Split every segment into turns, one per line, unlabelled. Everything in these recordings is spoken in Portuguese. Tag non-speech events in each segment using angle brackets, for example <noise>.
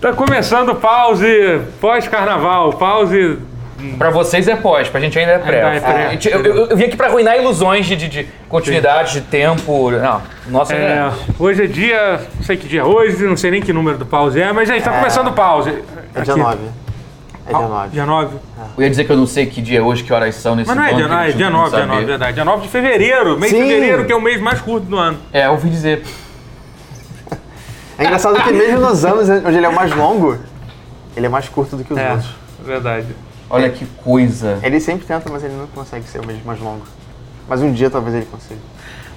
Tá começando o pause pós-carnaval, pause.
Pra vocês é pós, pra gente ainda é pré.
Ainda é pré.
A gente- Eu, eu- eu vim aqui pra arruinar ilusões de, de- de continuidade, de tempo. Não, o nosso
é,
é.
hoje é dia, não sei que dia é hoje, não sei nem que número do pause é, mas aí tá começando o pause.
É dia
Aqui.
9. É dia 9.
Dia 9.
Eu ia dizer que eu não sei que dia é hoje, que horas são nesse
Mas não é
bando,
dia 9, é
que eu
dia
não
9, dia
sabia.
9, verdade. Dia 9 de fevereiro, mês de
Sim.
fevereiro, que é o mês mais curto do ano.
É, eu ouvi dizer.
É engraçado que mesmo nos anos onde ele é o mais longo, ele é mais curto do que os outros.
É verdade.
Olha que coisa.
Ele sempre tenta, mas ele não consegue ser o mesmo mais longo. Mas um dia talvez ele consiga.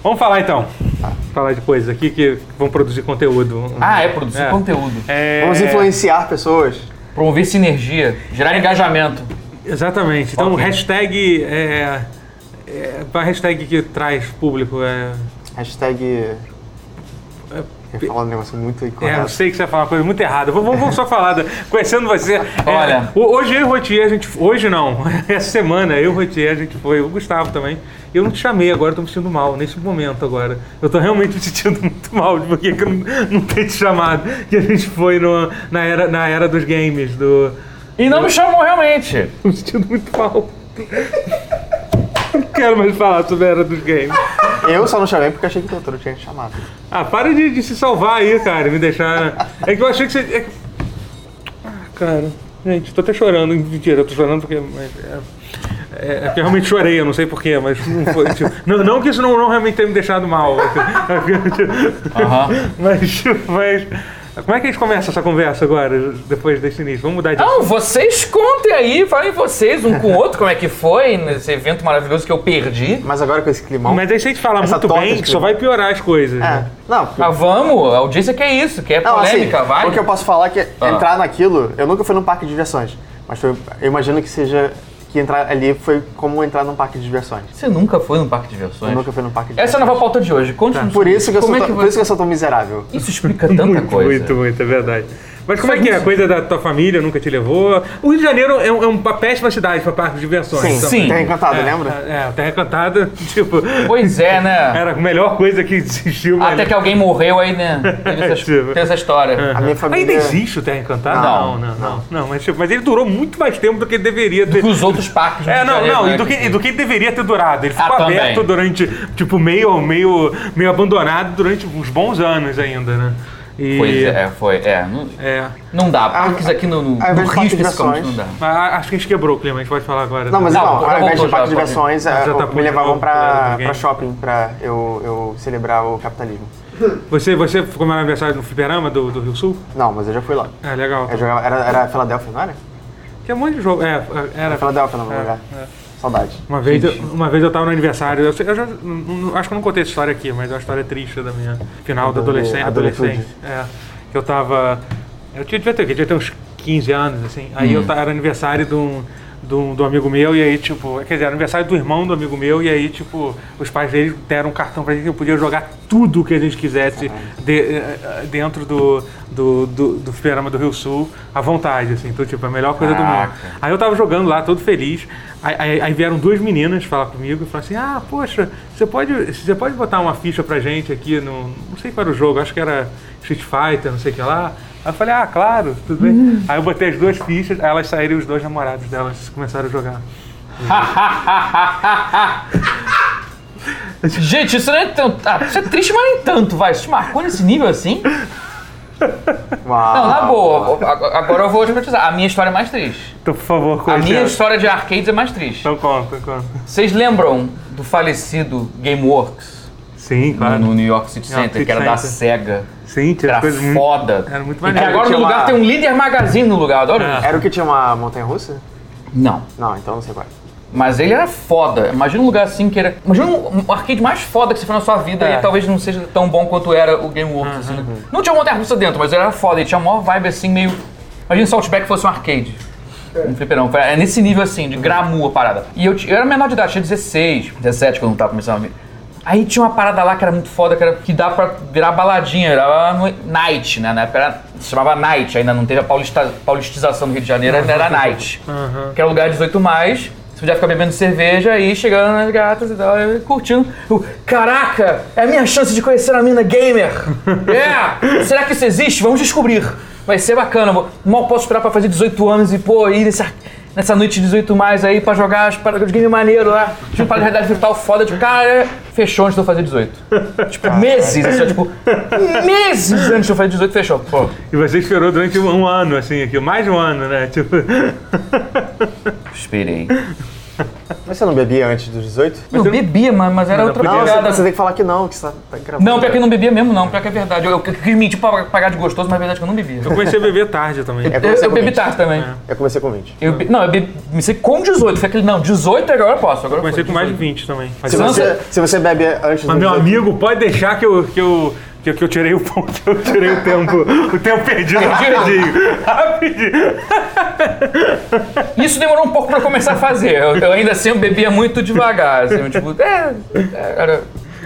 Vamos falar então.
Tá.
Falar de coisas aqui que vão produzir conteúdo.
Ah, é produzir
É.
conteúdo.
É,
Vamos influenciar pessoas.
Promover sinergia,
É.
gerar engajamento.
Exatamente. Então,
Ok.
hashtag. É, é, a hashtag que traz público é.
Hashtag. Eu ia falar um negócio muito
É, eu
incorreto.
sei que você vai falar uma coisa muito errada. Vamos, vamos só falar, da- conhecendo você. é,
Olha.
ho- hoje eu e o Rotier, a gente. Hoje não, <laughs> essa semana eu e o Rotier, a gente foi, o Gustavo também. Eu não te chamei agora, eu tô me sentindo mal, nesse momento agora. Eu tô realmente <laughs> me sentindo muito mal de porque que eu não, não ter te chamado. Que a gente foi no- na, era, na era dos games, do.
E não me chamou realmente.
Tô me sentindo muito mal. <laughs> Não quero mais falar sobre a era dos games.
Eu só não chamei porque achei que o doutor tinha te chamado.
Ah, para de, de se salvar aí, cara, me deixar. É que eu achei que você. é que- Ah, cara, gente, tô até chorando, mentira, eu tô chorando porque. mas é... É, é que eu realmente chorei, eu não sei porquê, mas não foi. tipo, não, não que isso não, não realmente tenha me deixado mal. <laughs>
Aham.
Mas, mas. Como é que a gente começa essa conversa agora, depois desse início? Vamos
Ah,
mudar de.
Não, vocês contem aí, falem vocês um com o outro como é que foi nesse evento maravilhoso que eu perdi.
Mas agora com esse climão.
Mas aí se a gente falar
Essa
muito
torta
bem,
de
só vai piorar as coisas. né?
É. Não, porque-
Ah, vamos, a audiência quer isso, quer
não assim,
polêmica, vai.
o que eu posso falar é que
Ah.
entrar naquilo. Eu nunca fui num parque de diversões. Mas foi- eu imagino que seja. Que entrar ali foi como entrar num parque de diversões.
Você nunca foi num parque de diversões?
Eu nunca fui num parque de
Essa é a
diversões.
nova pauta de hoje. Conte
Tá.
Por isso que eu,
como
sou
é
tão-
que
por isso
<laughs>
você...
que eu sou tão miserável.
Isso explica tanta
muito,
coisa.
Muito, muito, é verdade. Mas como é
Sabe
que é?
isso?
Coisa da tua família nunca te levou? O Rio de Janeiro é, um- é uma péssima cidade pra parque de diversões.
Sim,
então.
sim.
Terra Encantada,
É,
lembra?
É, é, Terra Cantada, <laughs> tipo,
Pois é, né?
<laughs> era a melhor coisa que existiu. mas-
Até que alguém morreu aí,
<laughs>
né? Teve essa,
Tipo.
teve essa história.
A minha família.
Ainda existe o Terra Encantada?
Não,
não, não. não. Não, mas, tipo, mas ele durou muito mais tempo do que ele deveria ter.
Que os outros parques.
É,
do
não,
Rio de
não, e
Janeiro,
do que,
né,
e do que ele deveria ter durado. Ele
Ah,
ficou
também.
aberto durante, tipo, meio, meio, meio abandonado durante uns bons anos ainda, né? E-
Pois é, foi. É. Não,
É.
não dá. Parques aqui no, no, no
ao invés de
Rio,
parque de
especificamente, não
diversões.
dá. <laughs>
Mas a- Acho que a gente quebrou o clima, a gente pode falar agora.
Não, mas
Não,
não,
já
ao invés
voltou,
de
já,
parque de
pode-
diversões, é,
já tá
me levavam
pulando,
pra,
ninguém.
pra shopping pra eu, eu celebrar o capitalismo.
Você, você comeu aniversário no fliperama do, do Rio Sul?
Não, mas eu já fui lá.
É, legal.
Eu jogava, era, era Filadélfia, não era?
Tinha um monte de jogo. É, era.
Era Filadélfia no meu
É,
lugar.
é.
Saudade.
Uma vez, eu, uma vez eu tava no aniversário, eu, sei- eu já, n- n- acho que eu não contei essa história aqui, mas é uma história triste da minha final da
Do-
adolescência.
adolescente.
adolescente é, que eu tava. Eu tinha, devia ter, o quê? devia ter uns 15 anos, assim. Aí
Uhum.
eu ta- era aniversário de um, de, um, de um amigo meu, e aí, tipo, quer dizer, era aniversário do irmão do amigo meu, e aí, tipo, os pais dele deram um cartão pra gente que eu podia jogar tudo que a gente quisesse de- eh, eh, dentro do, do, do, do fliperama do Rio Sul à vontade, assim. Então, tipo, a melhor coisa do mundo.
Caraca.
Aí eu tava jogando lá, todo feliz. Aí, aí- aí vieram duas meninas falar comigo e falaram assim: Ah, poxa, você pode, você pode botar uma ficha pra gente aqui no. Não sei qual era o jogo, acho que era Street Fighter, não sei o que lá. Aí eu falei, ah, claro, tudo bem.
Hum.
Aí eu botei as duas fichas, aí elas saíram e os dois namorados delas começaram a jogar.
Gente, isso não é tanto. Ah, isso é triste, mas nem tanto, vai. Isso te marcou nesse nível assim?
Ah.
Uau.
Não, na boa. a- Agora eu vou escrotizar. A minha história é mais triste.
Então, por favor,
A minha
conte.
história de arcades é mais triste.
Então conta, conta.
Vocês lembram do falecido Gameworks
Sim,
no-
claro.
no New York City
York
Center,
City
que era da
Center.
SEGA?
Sim,
Que
tinha
era
coisa muito.
foda.
era muito
e que
maneiro. É.
agora no
Tinha
lugar
uma-
tem um líder magazine no lugar, adoro isso.
Era o que tinha uma montanha russa?
Não.
Não, então não sei qual. é.
Mas ele era foda. Imagina um lugar assim que era. Imagina um, um arcade mais foda que você foi na sua vida
É.
e talvez não seja tão bom quanto era o Game Works. assim. Não tinha montanha russa dentro, mas ele era foda. Ele tinha uma vibe assim meio. Imagina se o Outback fosse um arcade. Um fliperão. Foi- É nesse nível assim, de gramu a parada. E eu, ti- eu era menor de idade, tinha 16, 17 quando eu tava começando a me- Aí tinha uma parada lá que era muito foda, que, era, que dá pra virar baladinha, era no- night, né? Na época era- se chamava night, ainda não teve a paulista, paulistização do Rio de Janeiro, ainda era night. Que era lugar 18 mais, você podia ficar bebendo cerveja e chegando nas gatas e tal, e curtindo. Eu, <laughs> Caraca, é a minha chance de conhecer a mina gamer! é! Será que isso existe? Vamos descobrir! vai ser bacana. vou- Mal posso esperar pra fazer 18 anos e, pô, ir nesse ar- nessa noite 18 mais aí pra jogar as paradas de game maneiro lá. Tipo, para realidade virtual foda de cara. Fechou antes de eu fazer 18. <laughs> Tipo, meses, assim, ó, tipo, meses antes de eu fazer 18, fechou. Pô,
E você esperou durante um, um ano, assim, aqui, mais de um ano, né? Tipo,
esperei.
Mas você não bebia antes dos 18?
Eu bebia, mas, mas era outra
podia-
Não, você,
pegada.
você tem que falar que não, que você tá, tá gravando.
Não, pior que eu não bebia mesmo, não. Pior que é verdade. Eu, eu, eu quis mentir pra pagar de gostoso, mas é verdade que eu não bebia.
eu comecei a beber tarde também.
É
Eu,
comecei
eu
com
bebi
20.
tarde também.
É.
Eu comecei com 20.
Eu be- Não, eu bebi me sei com 18. Foi aquele, não, 18 agora eu posso. Agora eu
Comecei com
posso,
mais de <laughs>
18.
20 também. Mas,
Se
Não,
você, se você bebe antes dos
mas, meu
18,
amigo, pode deixar que eu, que eu, que eu, que eu tirei o ponto, <laughs> que eu tirei o tempo, o tempo perdido rapidinho. rapidinho.
Isso demorou um pouco pra eu começar a fazer. Eu, eu ainda assim eu bebia muito devagar. Assim, tipo, é. Era...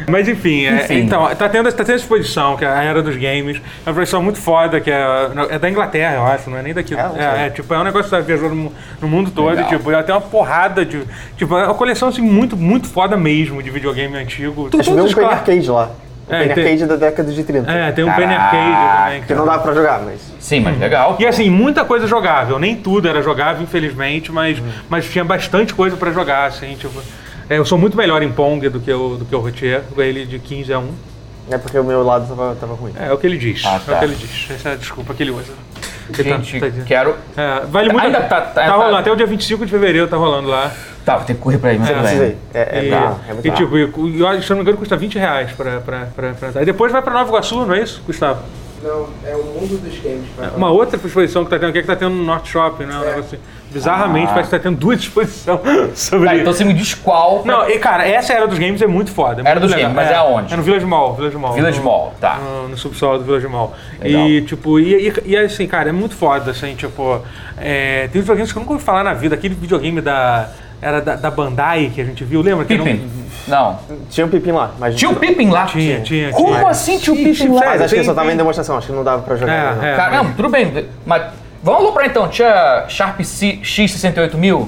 Mas enfim, é-
Enfim.
então, tá tendo, tá tendo essa exposição, que é a Era dos Games. É uma exposição muito foda, que é, é da Inglaterra, eu acho, não é nem daqui.
não sei.
É, é, tipo, é um negócio que tá viajando no, no mundo todo,
Legal.
tipo, ela tem uma porrada de. Tipo, é uma coleção assim, muito, muito foda mesmo de videogame antigo.
a gente
Todos
viu um
os
Penny
cla-
Arcade lá. Um
É,
Penny
tem-
Arcade da década de 30.
É, tem um
Caraca.
Penny Arcade também.
Que
cara.
não dava pra jogar, mas...
Sim, mas legal.
E assim, muita coisa jogável, nem tudo era jogável, infelizmente, mas, mas tinha bastante coisa pra jogar, assim, tipo. é, eu sou muito melhor em Pong do que o, do que o Rotier, eu ganhei ele de 15 a 1.
É porque o meu lado tava, tava ruim.
É, é o que ele diz.
Ah,
É
tá.
o que ele diz. Essa é a desculpa que ele usa. Ele tá-
Gente,
tá dizendo.
quero.
É, vale muito.
Ainda
a-
tá- tá- tá-
rolando, até o dia 25 de fevereiro tá rolando lá.
Tá, vou ter que correr pra aí, mas
É,
tudo
Mas
bem.
aí, É, é,
e,
bravo, é muito
e,
bravo.
tipo, e, e, olha, se eu não me engano, custa 20 reais pra, pra, pra, pra entrar. E depois vai pra Nova Iguaçu, não é isso, Gustavo? É
Não, é o mundo dos games. cara.
Uma outra exposição que tá tendo aqui é que tá tendo no North Shopping,
É.
né? Um negócio assim. Bizarramente, parece que tá tendo duas <laughs> exposições sobre.
Tá, então você me diz qual.
<laughs>
pra-
Não, e cara, essa era dos games é muito foda. é
Era
muito
dos
legal.
games, mas é aonde?
É no Village Mall, Village Mall.
Village
no, Ah.
Mall, tá.
No, no subsolo do Village Mall.
Legal.
E tipo, e, e, e, assim, cara, é muito foda, assim, tipo. É, tem videogames que eu nunca ouvi falar na vida, aquele videogame da. Era da, da Bandai que a gente viu, lembra? Que
Pippin.
não-
Não.
Tinha um pipim lá, mas...
Tinha o Pippin lá?
Tinha, tinha,
Como
tinha.
assim tinha o Pippin lá?
um Mas acho que
Tem-
ele só tava
tem-
em demonstração, acho que não dava pra jogar.
É,
não.
é.
Cara, não, tudo bem. Mas vamos lucrar então. Tinha Sharp C- X68000?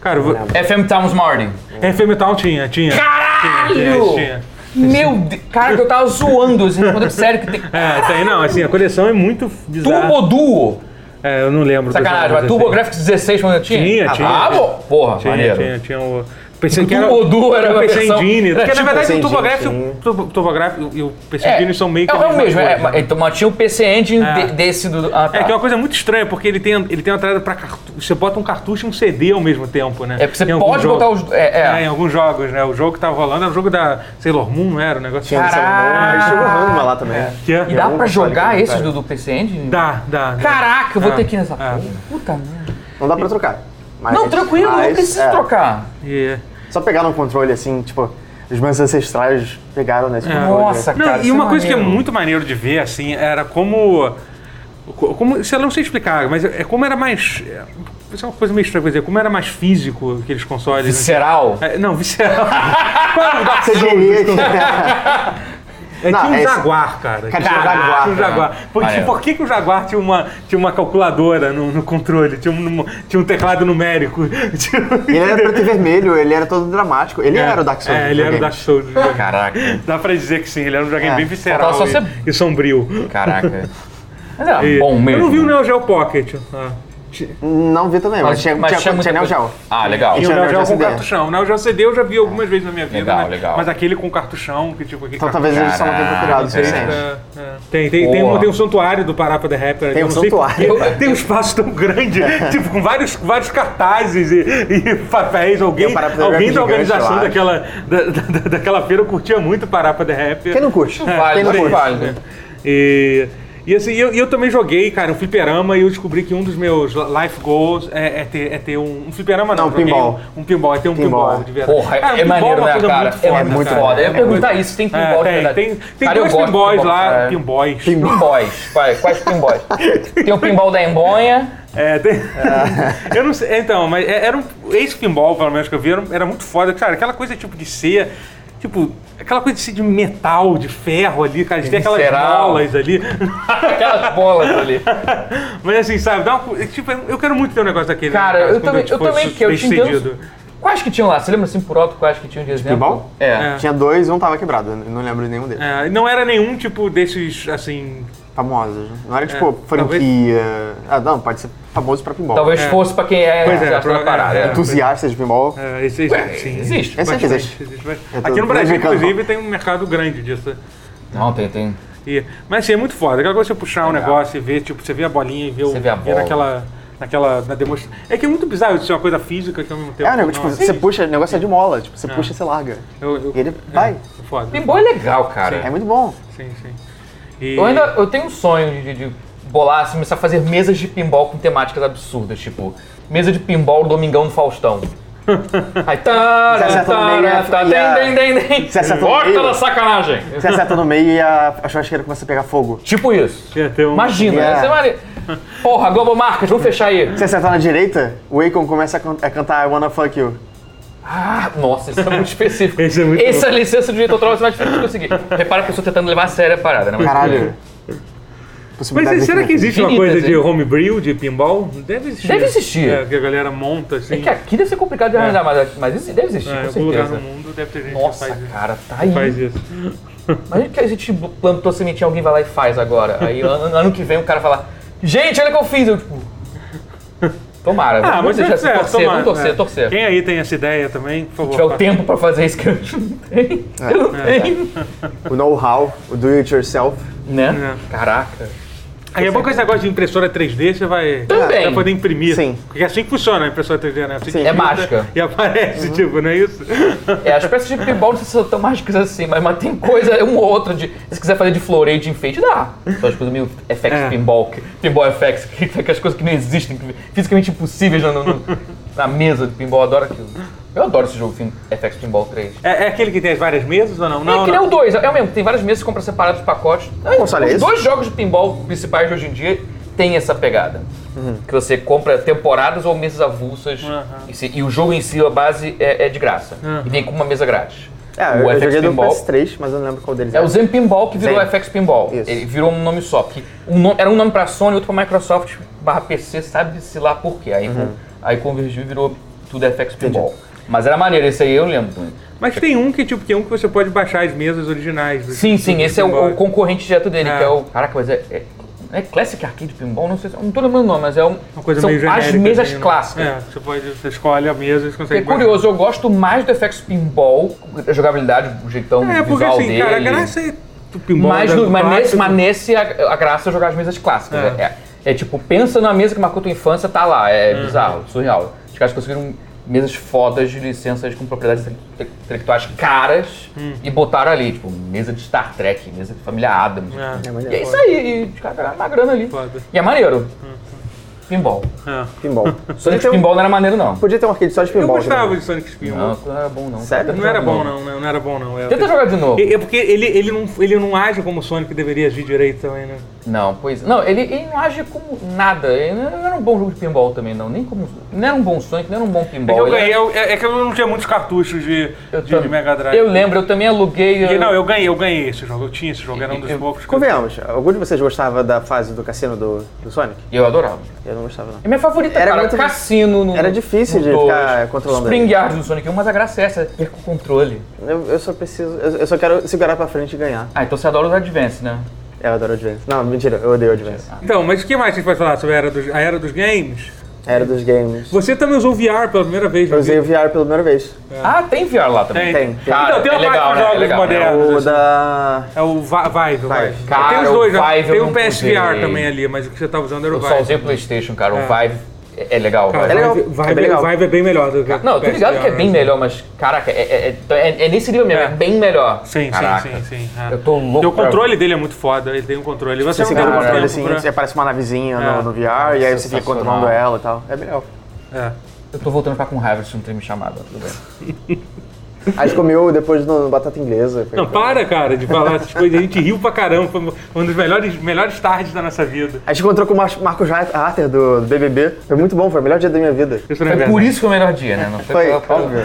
Cara, eu vou-
lembro.
FM Towns Martin.
FM Metal tinha, tinha. Tinha,
Caralho!
tinha, tinha.
Meu Deus, cara, que eu tava zoando, assim, quando-
<laughs>
sério que tem.
É, tem, não, assim, a coleção é muito bizarra.
Turbo Duo!
É, eu não lembro. dos
Sacanagem,
nomes,
mas Turbo
assim.
Graphics 16 quando eu tinha?
Tinha,
ah,
tinha,
Ah,
tinha.
pô, porra,
Tinha,
maneiro.
tinha, tinha o. Pensei
O
que era.
Turbo Duo era
eu
a
pensei
versão-
em Genie. Porque
era
na
tipo
verdade o
assim,
Turbográfico
Genie, sim.
Turbo- Turbográfico e o PC
É,
Engine são meio que. a
é, é o
mesma
mesmo,
coisa,
é, mas-
né?
então, mas tinha o PC Engine
É.
de- desse do. Ah, tá.
É que é uma coisa muito estranha, porque ele tem, ele tem uma entrada pra cartucho. Você bota um cartucho e um CD ao mesmo tempo, né?
É porque você
Em alguns
pode botar
jogos.
os. É, é.
É, em alguns jogos, né? O jogo que tava rolando era o jogo da Sailor Moon, não era? O negócio assim.
Tinha do
Caraca.
Salomão, mas chegou o Hanuma lá também.
que é.
E dá
Eu
pra
não
jogar
falei que
esses
não
do, do PC Engine?
Dá, dá. dá.
Caraca, eu vou
É,
ter que ir nessa
é.
porra. Puta merda.
Não dá pra trocar. Mas-
Não, tranquilo, não
mas,
preciso
é,
trocar.
E- é.
Só pegaram um controle assim, tipo, os meus ancestrais pegaram
É,
nesse controle. né?
Nossa,
Não,
cara.
e
isso
uma
é
coisa que é
maneiro.
muito maneiro de ver, assim, era como. co- como sei lá, não sei explicar, mas é como era mais. é, Isso é uma coisa meio estranha pra dizer, como era mais físico aqueles consoles. né?
Visceral.
É, não,
<laughs>
visceral. Qual era o da-
Você diria que.
é,
Não,
tinha um
é esse-
Jaguar, cara.
Cara,
Tinha um
Jaguar,
Tinha um
cara.
Jaguar. Por, que-
Maneiro.
por que, que o Jaguar tinha uma, tinha uma calculadora no, no controle? Tinha um, tinha um teclado numérico? <laughs> Tinha-
<laughs>
um
ele
<laughs>
era preto e vermelho, ele era todo dramático. Ele era o Dark Souls.
É, ele era o Dark Souls.
Caraca,
Dá pra dizer que sim, ele era um joguinho
É,
bem visceral e,
faltava só ser-
e sombrio.
caraca. Mas era
E-
bom mesmo.
Eu não vi o Neo Geo Pocket. Ah.
Não vi também, mas, tinha, tinha, tinha,
muita
Neo
coisa.
Geo.
Ah, legal.
E o
Tinha
Neo Geo
Neo Geo
com
CD.
cartuchão. O Neo Geo CD eu já vi algumas vezes na minha vida.
Legal,
né?
legal.
Mas aquele com cartuchão, que tipo... aquele
Então talvez eles só não tenham procurado
Caraca.
o suficiente.
É, é. Tem, tem, tem,
Boa.
um, tem um santuário do Pará pra The Rapper. ali,
Tem um
eu não sei
santuário.
porquê. Tem um espaço tão
<laughs>
grande, tipo, com vários, vários cartazes e, e papéis.
Tem
Alguém,
o Pará pra The
alguém
Rapper
da
gigante, eu
organização
acho.
daquela, da, da- da- daquela feira curtia muito o Pará pra The Rapper.
Quem não curte?
Vale,
Quem não
não
curte?
vale.
né? E, e assim, eu, eu também joguei, cara, um fliperama e eu descobri que um dos meus life goals é, é ter, é ter um, um fliperama, não,
Não,
eu joguei
pinball.
Um, um pinball, é ter um pinball,
Pinball.
de verdade.
Porra,
Cara, um
é,
pinball
maneiro,
uma
né,
coisa
cara?
muito foda,
é muito
cara.
foda. Eu ia
É muito-
perguntar isso, se tem pinball de
é,
verdade.
tem, tem
Cara, eu
dois
gosto de
pinboys
pinball,
lá, <laughs>
é.
pinboys.
Pinboys. Quais, quais pinboys? tem o pinball da Embonha.
É, tem... <laughs> eu não sei, então, mas é- era um... Esse pinball, pelo menos, que eu vi, era, um- era muito foda. Cara, aquela coisa, tipo, de ser... Tipo, aquela coisa de ser de metal, de ferro ali, cara. De ter aquelas
Visceral.
bolas ali. <laughs>
Aquelas bolas ali.
mas assim, sabe? Dá uma... Tipo, eu quero muito ter um negócio daquele.
Cara,
né,
eu
quando
também, eu
tipo,
também
sou
que eu te entendo.
bem-sucedido.
Quais que tinham lá? Você lembra assim por alto quais que tinham de exemplo?
pinball?
É.
É. ah,
Tinha dois, um tava quebrado. eu Não lembro de nenhum deles.
É, não era nenhum tipo desses, assim,
famosas. né? Não era tipo
talvez-
franquia. Ah, não, pode ser famoso pra pinball.
Talvez fosse pra quem é
Pois é,
entusiasta da
pro-
parada.
é,
é.
é.
Entusiastas de pinball.
É, existe,
Ué,
sim.
existe.
Essa é que
Bastante,
existe.
bastante.
Eu tô
Aqui no Brasil,
brincando.
inclusive, tem um mercado grande disso.
Não, tem, tem.
E- mas assim, é muito foda. Aquela coisa de você puxar um
Legal.
negócio e ver, tipo, você vê a bolinha e vê, o,
Você vê a
ver
bola.
naquela. Naquela. Na demonstração. É que é muito bizarro isso ser uma coisa física que ao mesmo tempo.
É, um negócio, tipo,
não,
você puxa, o negócio é de mola, tipo, você puxa e você larga.
eu- eu-
E ele
é,
vai.
é foda.
Pinball é legal, cara.
É muito bom.
Sim, sim. E-
Eu ainda eu tenho um sonho de, de bolar, assim, começar a fazer mesas de pinball com temáticas absurdas, tipo, mesa de pinball Domingão
<laughs>
do Faustão. Aí tá,
Você
tá,
acerta no
né?
meio e
tá,
a-
tá,
e
ah.
a-
tem, tem, tem, tem.
Você acerta no
Porta
meio?
da sacanagem.
Você acerta no meio e a, a churrasqueira começa a pegar fogo.
Tipo isso.
Ia ter um-
Imagina,
Yeah.
você vai ali. Porra, Globo Marcas, vamos fechar aí.
Você acertar na direita, o Akon começa a, can- a cantar I Wanna Fuck You.
Ah, nossa, isso é muito específico.
Esse é muito
Essa licença de direito autoral vai ser mais difícil de conseguir. Repara a pessoa tentando levar a sério a parada, né? Mas-
Caralho.
É. Mas
Possibilidade
será que
infinita.
existe uma
Infinitas,
coisa de
hein?
homebrew, de pinball? Deve existir.
Deve existir.
É, que a galera monta assim.
É que aqui deve ser complicado de arranjar, mas, mas isso deve existir,
é, em
com
algum lugar no
certeza.
mundo deve ter gente
Nossa,
que faz isso.
cara, tá aí.
Faz isso.
Imagina que a gente plantou sementinha, alguém vai lá e faz agora. Aí ano, ano que vem o cara fala, gente, olha o que eu fiz. Eu, tipo... Tomara.
Ah, mas
vamos deixar
é,
se torcer,
tomara,
vamos torcer,
é.
torcer. Se
Quem aí tem essa ideia também, por favor.
tiver o
faça.
tempo pra fazer isso que eu não tenho, eu não
É.
tenho.
O know-how, o do it yourself.
Né? Caraca.
Aí é bom que esse negócio de impressora 3D você vai,
Também.
vai poder imprimir.
Sim.
Porque é assim que funciona a impressora 3D, né? Você
Sim. Uhum.
digita
É mágica.
E aparece, tipo, não é isso?
É, as peças de pinball não sei se são tão mágicas assim, mas, mas tem coisa, um ou outro de. Se quiser fazer de floreio de enfeite, dá. Só as coisas meio FX
É.
pinball, que- pinball FX, <laughs> que, que, as coisas que não existem, que fisicamente impossíveis no- no- no- na mesa do pinball, eu adoro aquilo. Eu adoro esse jogo, fin- FX Pinball 3.
É, é aquele que tem as várias mesas ou não?
Não, é
não,
que nem
não.
o 2, é o mesmo, tem várias mesas que compra separados os pacotes. Aí,
console é
os
esse?
dois jogos de pinball principais de hoje em dia têm essa pegada.
Uhum.
Que você compra temporadas ou mesas avulsas e, se- e o jogo em si, a base, é, é de graça. E vem com uma mesa grátis.
É, eu,
o
eu joguei do
Pinball
PS3, mas eu não lembro qual deles
é o Zen Pinball que virou
Zen.
FX Pinball.
Isso.
Ele virou um nome só. Porque um nome- era um nome pra Sony, outro pra Microsoft, barra PC, sabe-se lá por quê.
Uhum.
Aí, con- aí convergiu e virou tudo FX Pinball. Mas era maneiro, esse aí eu lembro também.
Mas tem um que, tipo, que é um que você pode baixar as mesas originais. do-
Sim,
do-
sim,
do
esse é o,
pinball.
o concorrente direto dele,
É.
que é o. Caraca, mas é. é... É Classic Arcade Pinball, não sei se. Não tô lembrando o nome, mas é um.
Uma coisa
são
meio genérica.
as mesas
assim, né?
clássicas.
É, você, pode, você escolhe a mesa e você consegue
É
baixar.
curioso, eu gosto mais do FX Pinball, a jogabilidade, o jeitão
É, porque
visual
assim,
dele.
cara, a graça é do pinball.
Mas,
do né?
no- mas nesse,
clássico.
mas nesse a, a graça é jogar as mesas clássicas.
É.
É, é- é tipo, pensa na mesa que marcou tua infância, tá lá. É
Uhum.
bizarro, surreal. Os caras conseguiram mesas fodas de licenças com propriedades inte- intelectuais caras
Uhum.
e botaram ali, tipo, mesa de Star Trek, mesa de família Adams.
É,
mas
E é isso aí, e os caras ganharam uma grana ali.
Foda.
E é maneiro. Pinball.
É.
Pinball.
Sonic Pinball não era maneiro, não.
Podia ter um arcade só de
Eu
pinball.
gostava de Sonic Pinball.
Não, não era bom, tá- não.
Sério?
Não, era bom, não. Não, não era bom, não. É,
Tenta jogar de novo.
É é porque ele, ele, não, ele não age como o Sonic deveria agir direito também, né?
Não, pois. Não, ele, ele não age como nada. Ele não era um bom jogo de pinball também, não. Nem como. Não era um bom Sonic, não era um bom
É que
pinball.
eu
Ele-
ganhei, eu- é, é que eu não tinha muitos cartuchos de,
eu
de,
tam-
de Mega Drive.
Eu lembro, eu também aluguei.
E,
eu-
não, eu ganhei, eu ganhei esse jogo. Eu tinha esse jogo, era um dos
Eu- é?
poucos. que eu-
Convenhamos, algum de vocês gostava da fase do cassino do, do Sonic?
eu adorava.
Eu não gostava, não.
É minha favorita,
Era
era cara.
muito-
Cassino no.
era difícil
no
de
dois.
ficar controlando
Spring
ele.
Yard no Sonic 1, mas a graça é essa, perca o controle.
Eu, eu só preciso. Eu, eu só quero segurar pra frente e ganhar.
Ah, então você adora os Advance, né?
É, eu adoro Advance. Não, mentira, eu odeio Advance.
Então, mas o que mais a gente pode falar sobre a era dos, a era dos games?
Era dos games.
Você também usou VR pela primeira vez,
Eu
né?
é.
usei o VR pela primeira vez.
Ah, tem VR lá também.
Tem.
Tem.
Cara,
É. Então, tem
é
uma
legal,
parte
né?
de jogos
é legal.
modernos.
O da.
É o Va- Vive, vai.
Vive.
Cara,
tem os
o
dois, né?
Vive
Tem
eu
o
não
PSVR
usei.
também ali, mas o que você tava usando era o
Eu só
Vive.
usei o PlayStation, cara. O Vive é, é legal.
Cara,
velho.
É legal.
Vive, Vive,
É bem legal.
o Vive é bem melhor do que o
Não, eu tô ligado que é
PSVR,
bem
né?
melhor, mas caraca, é, é- é- é nesse nível mesmo,
É.
é, bem melhor.
Sim,
Caraca.
sim, sim, sim. é.
Eu tô louco
E o
pra-
controle dele é muito foda, ele tem um controle. Você,
Você
não tem
segura o
muito
controle
tempo
assim,
pra-
você aparece uma navezinha
É.
no, no VR e aí você fica
Sensacional.
controlando ela e tal. É bem legal.
É.
Eu tô voltando a ficar com raiva se não ter me chamado, tudo bem.
A gente comeu depois no, no Batata Inglesa. Foi-
Não, para, cara, de falar essas coisas. A gente riu pra caramba. Foi uma das melhores, melhores tardes da nossa vida.
A gente encontrou com o Mar Marcos Arthur do, do BBB. Foi muito bom, foi o melhor dia da minha vida.
Isso não é
É
verdade.
por isso que é o melhor dia, né? Não
Foi,
pela- pela-
óbvio.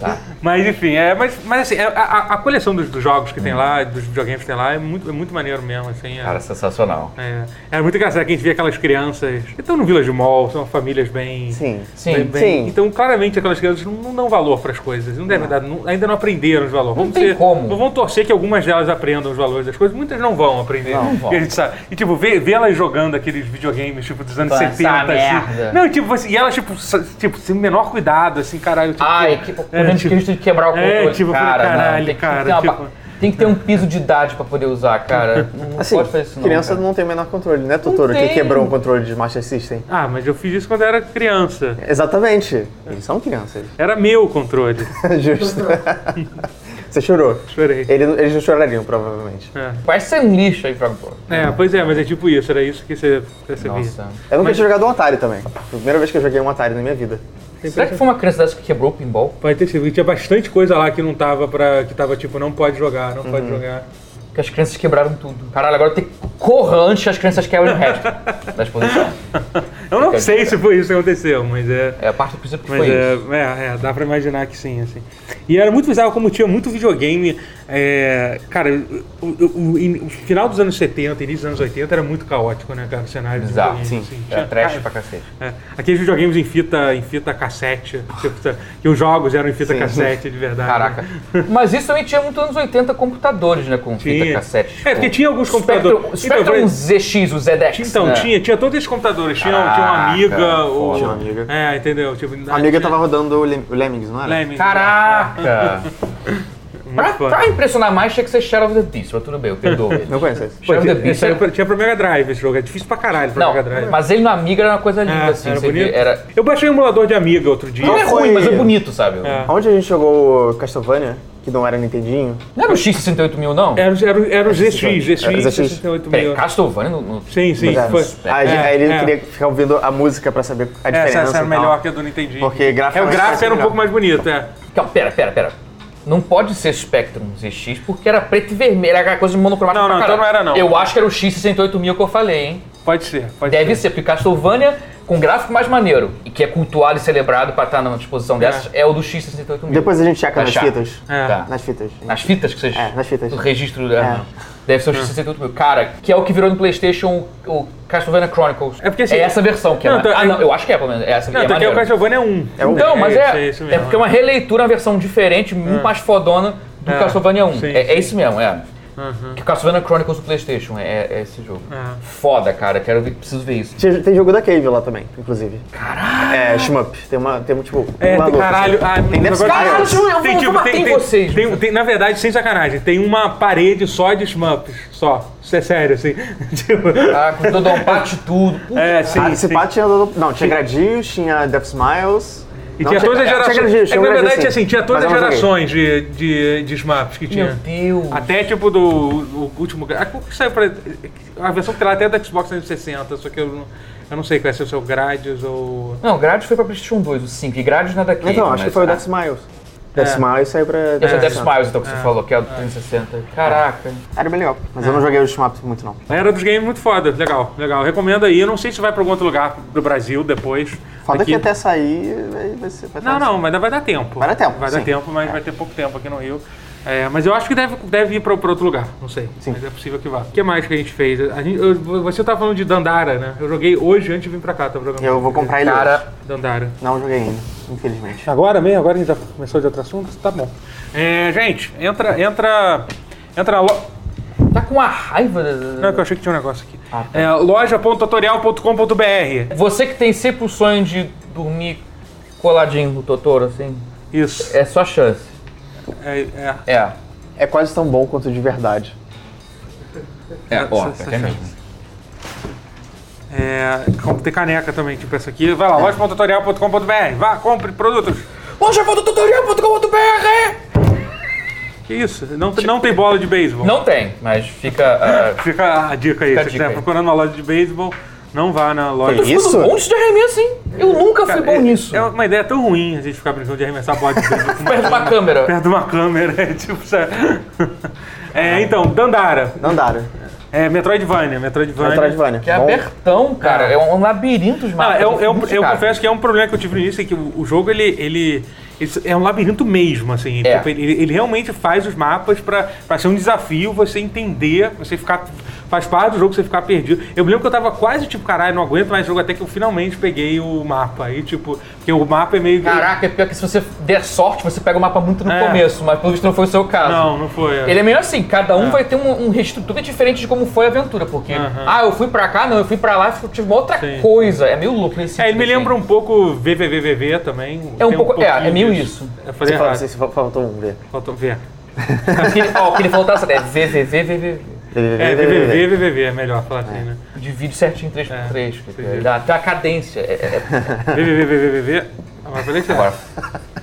Tá.
Mas enfim, é, mas, mas assim, é, a- a, a coleção dos, dos jogos que tem lá, dos videogames que tem lá, é muito, é muito maneiro mesmo, assim. é-
Cara, sensacional.
É, era muito engraçado que a gente via aquelas crianças que estão no Village Mall, são famílias bem.
Sim.
Sim.
bem- bem-
Sim.
Então, claramente, aquelas crianças não, não dão valor para as coisas. Não devem dar, não- ainda não aprenderam os valores. Vamos
tem como.
Vão torcer que algumas delas aprendam os valores das coisas. Muitas não vão aprender.
Não vão.
E, a gente sabe. E, tipo, vê, vê elas jogando aqueles videogames, tipo, dos anos
Essa
70. assim.
merda.
Não, tipo, assim, e elas, tipo, sa- tipo, sem o menor cuidado, assim, caralho. Tipo,
Ai, que pô,
É,
é,
tipo-
de quebrar o
É,
controle.
tipo, eu falei,
cara, não,
caralho,
tem que,
cara,
tem, que ter uma
tipo-
pa- tem que ter um piso de idade pra poder usar, cara.
<laughs>
Não
Assim,
pode fazer isso não.
criança
cara.
não tem o menor controle, né, Totoro?
tem.
Que quebrou um controle de Master System.
Ah, mas eu fiz isso quando eu era criança.
Exatamente. Eles são crianças. <laughs>
Era meu o controle.
Justo. Você chorou.
Chorei.
Ele- eles não chorariam, provavelmente.
É.
Parece ser um lixo aí pra pô.
É, pois é, mas é tipo isso, era isso que você percebia.
Nossa.
Eu nunca tinha jogado um Atari também. Foi a primeira vez que eu joguei um Atari na minha vida.
Será que foi uma criança dessa que quebrou o pinball?
Pode ter sido. E tinha bastante coisa lá que não tava pra. que tava tipo, não pode jogar, não
Uhum.
pode jogar.
Porque as crianças quebraram tudo. Caralho, agora tem que correr antes que as crianças quebrem
<laughs>
o resto da exposição.
Eu não
Fica
sei se foi isso que aconteceu, mas é.
É, a parte do princípio que
Mas
foi
é,
isso.
é, é, dá pra imaginar que sim, assim. E era muito bizarro como tinha muito videogame. é, cara, o, o- o- in- o final dos anos 70, início dos anos 80 era muito caótico, né, cara? O cenário de
Exato,
videogame,
sim.
assim.
É
Tinha-
trash
ah,
pra cacete.
É, aqueles videogames em fita, em fita cassete, tipo, que os jogos eram em fita
Sim.
cassete, de verdade. né?
Ah. Caraca. Mas isso também tinha muito anos 80 computadores, né? Com fita
Tinha.
cassete. tipo,
É, porque tinha alguns computadores.
Spectrum, Spectrum
Então,
ZX, o ZX.
Então,
né?
tinha, tinha todos esses computadores. Tinha,
Caraca,
tinha uma amiga,
foda.
ou.
Tinha É. uma Amiga.
É, entendeu? Tipo,
A amiga tava rodando o, Lem- o Lemmings, não era?
Lemmings.
Caraca!
Muito
pra,
foda.
pra impressionar mais, tinha que ser Shadow of the Beast, mas tudo bem, eu
<laughs>
perdoo ele.
Não conheço esse.
Pô,
Shadow of the
tinha,
Beast
saiu
era...
pra- tinha pra Mega Drive esse jogo. É difícil pra caralho pra
Não,
Mega Drive.
mas ele no Amiga era uma coisa linda,
É,
assim.
era
você
bonito.
vê, era...
Eu baixei um emulador de amiga outro dia.
Não é
foi-
ruim, mas é bonito, sabe?
É.
Onde a gente jogou o Castlevania, que não era Nintendinho?
Não era o X68000, não?
Era, o- era, o- era o ZX,
jogo.
ZX,
Era o ZX.
68
Peraí,
mil.
Castlevania no... no-
Sim, sim.
Mas é,
Foi.
Aí,
É,
aí ele
é.
queria ficar ouvindo a música pra saber a diferença.
Essa, essa era
e tal.
melhor que a do Nintendinho.
Porque
é, o
graficamente
gráfico
parece
era um
melhor.
pouco mais bonito, é.
Calma, pera, pera, pera. Não pode ser Spectrum ZX, porque era preto e vermelho, era aquela coisa de monocromática
Não,
pra
não, então
caralho.
não era, não.
Eu acho que era o X68000 que eu falei, hein?
Pode ser, pode
Deve
ser.
ser, porque Castlevania, com gráfico mais maneiro, e que é cultuado e celebrado pra estar numa disposição dessas, é o do X68000.
Depois a gente checa
Tá
nas
chato.
fitas.
É.
Tá.
Nas fitas.
Nas fitas que vocês...
É, nas fitas.
O registro... É.
É.
não. Deve ser o X68000. Cara, que é o que virou no Playstation o, o Castlevania Chronicles.
É porque, assim,
essa versão que é...
não,
mais-
então,
ah,
é-
não, eu acho que é, pelo menos. É essa que
Não,
é
então aqui é o
maneira.
Castlevania 1.
um.
Então, mas
isso,
é,
isso
é,
mesmo,
porque é uma releitura, uma versão diferente, muito mais fodona do
É.
Castlevania 1.
Sim,
é, é
sim. Uhum.
isso mesmo, é. Que Castlevania Chronicles do Playstation, é, é esse jogo.
É.
Foda, cara, quero ver, preciso ver isso.
Tinha- Tem jogo da Cave lá também, inclusive. Caralho! É, Shmup. Tem uma, tem um tipo.
É,
uma
tem
luta,
caralho.
assim.
Ah,
Tem
agora-
Death
Caralho,
Trials.
eu vou- eu vou bater em vocês.
tem- tem- na verdade, sem sacanagem, tem uma parede só de shmups. Só. Isso é sério, assim. <laughs> Tipo,
Tá, com todo um pate e tudo. Puta,
é, sim.
Ah,
sim.
esse pá tinha. Não, tinha Gradius, tinha Death Smiles.
E
Não,
tinha todas as
Tinha
gerações.
Gradius,
é
tinha um
que, na
Gradius,
verdade,
sim.
tinha, assim, tinha todas as
Mas eu não joguei.
gerações de, de, de shmups que tinha.
Meu Deus.
Até tipo do o último. ah, A, qual que saiu pra- a versão que tem lá até é da Xbox 360, só que eu não, eu não sei qual é se é o seu Gradius ou.
Não, Gradius foi pra Playstation 2, o 5, e Gradius não é daqui.
Então, acho que foi o
da
Death
tá.
Smiles. Death Smiles saiu pra.
Esse é
Death
Death
Smiles.
Smiles, então, que você falou, que é o do 360. Caraca.
Era bem legal. Mas
É.
eu não joguei o Shmup muito, não.
Era dos games muito foda, legal, legal. Recomendo aí. Eu não sei se vai pra algum outro lugar do Brasil depois.
Foda que
Aqui-
até sair vai, vai ser. Vai
Não,
estar-
não, mas vai dar tempo.
Vai dar tempo,
Vai dar
sim. É.
tempo, mas vai ter pouco tempo aqui no Rio. É, mas eu acho que deve, deve ir pra, pra outro lugar, não sei.
Sim.
Mas é possível que vá. O que mais que a gente fez? A gente- eu- você tava falando de Dandara, né? Eu joguei hoje antes de vir pra cá, tava jogando.
Eu vou comprar ele. hoje.
Cara,
Dandara.
Não joguei ainda, infelizmente.
Agora mesmo? Agora a gente já começou de outro assunto? Tá bom. É, gente, entra, entra, entra na loja...
tá com uma raiva. da- da-
Não, é
da-
que eu achei que tinha um negócio aqui.
Ah, tá.
É, loja.tutorial.com.br
Você que tem sempre o sonho de dormir coladinho no Totoro, assim,
Isso.
é só chance.
É, é.
É.
É quase tão bom quanto de verdade.
É, ó,
essa-
é mesmo.
É, como tem caneca também, tipo essa aqui. Vai lá,
É.
loja.tutorial.com.br. Vá, compre produtos.
Loja.tutorial.com.br
Que isso? Não, não tem bola de beisebol.
Não tem, mas fica. ah,
Fica a dica aí.
Fica a
Se
dica
estiver
aí.
procurando uma loja de beisebol, não vá na
Que
loja.
isso?
Tudo bom um de arremesso, hein? Eu nunca fui bom
É-
nisso.
É uma ideia tão ruim a gente ficar brincando de arremessar bola de beisebol com uma <laughs>
Perto de uma câmera.
perto de uma câmera. É tipo, sabe? <laughs>
Ah.
É, então, Dandara.
Não daram.
É, Metroidvania. Metroidvania.
Metroidvania.
Que é
Bom.
abertão, cara. É, um labirinto de
Ah,
mapas.
eu, eu,
muito
eu
caro.
confesso que é um problema que eu tive no início, é que o, o jogo ele, ele, isso é um labirinto mesmo, assim.
É.
Tipo, ele, ele realmente faz os mapas pra, pra ser um desafio você entender, você ficar. Faz parte do jogo você ficar perdido. Eu me lembro que eu tava quase tipo, caralho, não aguento mais jogo até que eu finalmente peguei o mapa. Aí, tipo, porque o mapa é meio.
Caraca, é pior que se você der sorte, você pega o mapa muito no
É.
começo, mas pelo visto não foi o seu caso.
Não, não foi. é.
Ele é meio assim, cada um vai ter um, um reestrutura diferente de como foi a aventura, porque,
Aham.
ah, eu fui pra cá, não, eu fui pra lá, eu tive uma outra
Sim.
coisa. É meio louco nesse
É, ele
sentido,
me
assim.
lembra um pouco VVVVV também.
É um
Tem
pouco- é,
pouquinho
é meio
disso.
isso.
Eu falei
Você fala,
errado.
você fal- faltou um V.
Faltou ver.
O que ele, ó, o que ele falou tá certo, é VVVVV.
É, VVVVV é melhor falar assim, né?
Divide certinho em 3
É,
por 3
entendi.
dá, dá cadência. é- é-
VVVVVV. Agora falei certo. <laughs>
Agora.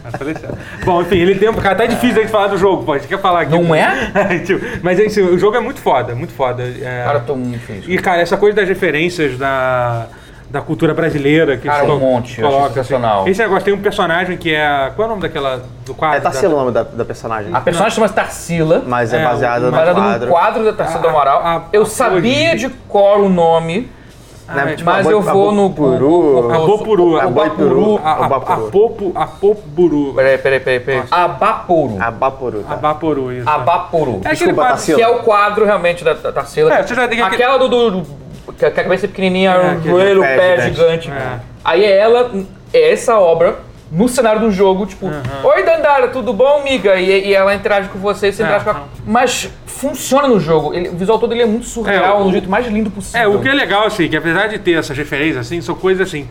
Agora falei certo. tá Bom, enfim, ele tem um. Cara, tá difícil aí de falar do jogo, pô. A gente quer falar aqui.
Não é?
<laughs> Tipo, Mas é isso, o jogo é muito foda, muito foda. É...
Cara, eu tô muito feliz.
E, cara, essa coisa das referências da, da cultura brasileira que
Cara,
eles
um monte, eu acho sensacional.
Esse negócio tem um personagem que é. Qual é o nome daquela. do quadro?
É Tarsila o nome da, da personagem.
A personagem chama-se Tarsila.
Mas é,
É,
baseada no
Baseado
quadro.
num quadro da Tarsila do Amaral.
Ah, a- a-
eu
a
sabia
Flori-
de cor o nome,
Ah, é,
Tipo,
mas
a Bo-
eu vou
a
no
Bopuru.
Google.
A
É
Bopuru.
A Boipuru.
A, a,
A
a
Bapuru.
Popo. A Popuru.
Peraí, peraí, peraí, peraí. Abaporu.
A Bapuru,
A
tá?
Baporu, isso.
Abaporu.
É aquele
Desculpa,
quadro.
Tarsila.
Que é o quadro realmente da, da Tarsila.
É, você já tem que-
Aquela do, do, do- que a cabeça pequenininha,
É,
o
aquele
joelho, o
pé
pé
gigante.
gigante.
É.
Aí é ela, é essa obra, no cenário do jogo, tipo, Oi Dandara, tudo bom, amiga? E, e ela interage com você, você interage com ela.
É, Aham.
Mas funciona no jogo. Ele- o visual todo ele é muito surreal,
É, o-
do jeito mais lindo possível.
Então.
É, o que é legal, assim, que apesar de ter essas referências, assim, são coisas assim.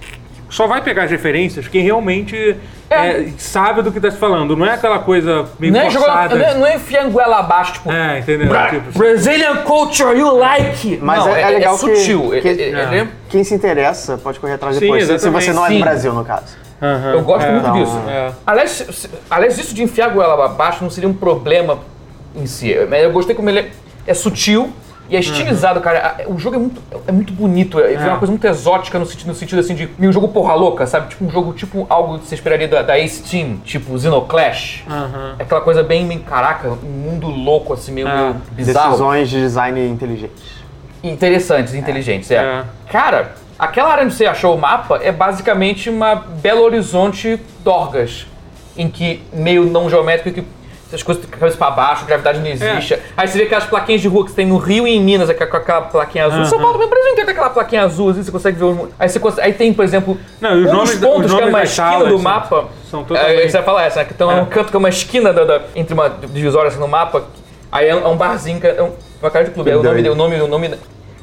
Só vai pegar as referências quem realmente
É.
é, sabe do que tá se falando. Não é aquela coisa meio
Não é, jogar,
forçada.
não é, não é enfiar a goela abaixo, tipo,
É, entendeu?
"Bra-
Tipo,
Brazilian culture, you like!
Mas
Não,
é- é legal que-
sutil. é-
que-
é- é-
é.
Quem se interessa pode correr atrás
Sim,
depois. se- Se
exatamente.
você não é
Sim.
do Brasil, no caso.
aham,
Eu gosto
é.
muito
Então,
disso.
é.
Aliás, se- se- aliás, isso de enfiar a goela abaixo não seria um problema em si. Mas eu gostei como ele é, é sutil e é estilizado, cara. A- O jogo é muito, é muito bonito. É, é uma coisa muito exótica no sentido, no sentido assim de meio jogo porra louca, sabe? Tipo um jogo, tipo algo que você esperaria da, da Ace Team, tipo Xenoclash. É Aquela coisa bem, bem, caraca, um mundo louco, assim, meio, meio bizarro.
Decisões de design inteligentes.
Interessantes, inteligentes, é.
É.
Cara, aquela área onde você achou o mapa é basicamente uma Belo Horizonte Dorgas, em que meio não geométrico, que as coisas ficam cabeça pra baixo, gravidade
É.
não existe. Aí você vê aquelas plaquinhas de rua que você tem no Rio e em Minas, aquela- com aquela plaquinha azul. São Paulo também, Brasil inteiro tem aquela plaquinha azul, assim, você consegue ver o... Aí, você consegue- aí tem, por exemplo,
Não, e os
um
nomes
dos
da-
pontos
os
que é
nomes
uma
das
esquina
salas
do
são-
mapa...
são
é,
totalmente-
você vai falar essa, né? Então é um
É.
canto que é uma esquina da, da- entre uma divisória assim, no mapa. Aí é um, é um barzinho, que é um- uma cara de clube. É o nome,
Doido.
o nome, o nome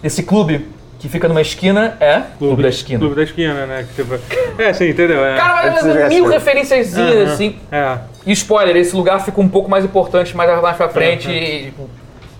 desse clube que fica numa esquina é Clube, da Esquina.
Clube da esquina, né? Que, tipo, é, assim, entendeu? É.
Cara,
Eu
mas
preciso ver
mil
essa.
referenciazinhas assim.
É.
E spoiler, esse lugar fica um pouco mais importante mais mais pra frente e tipo,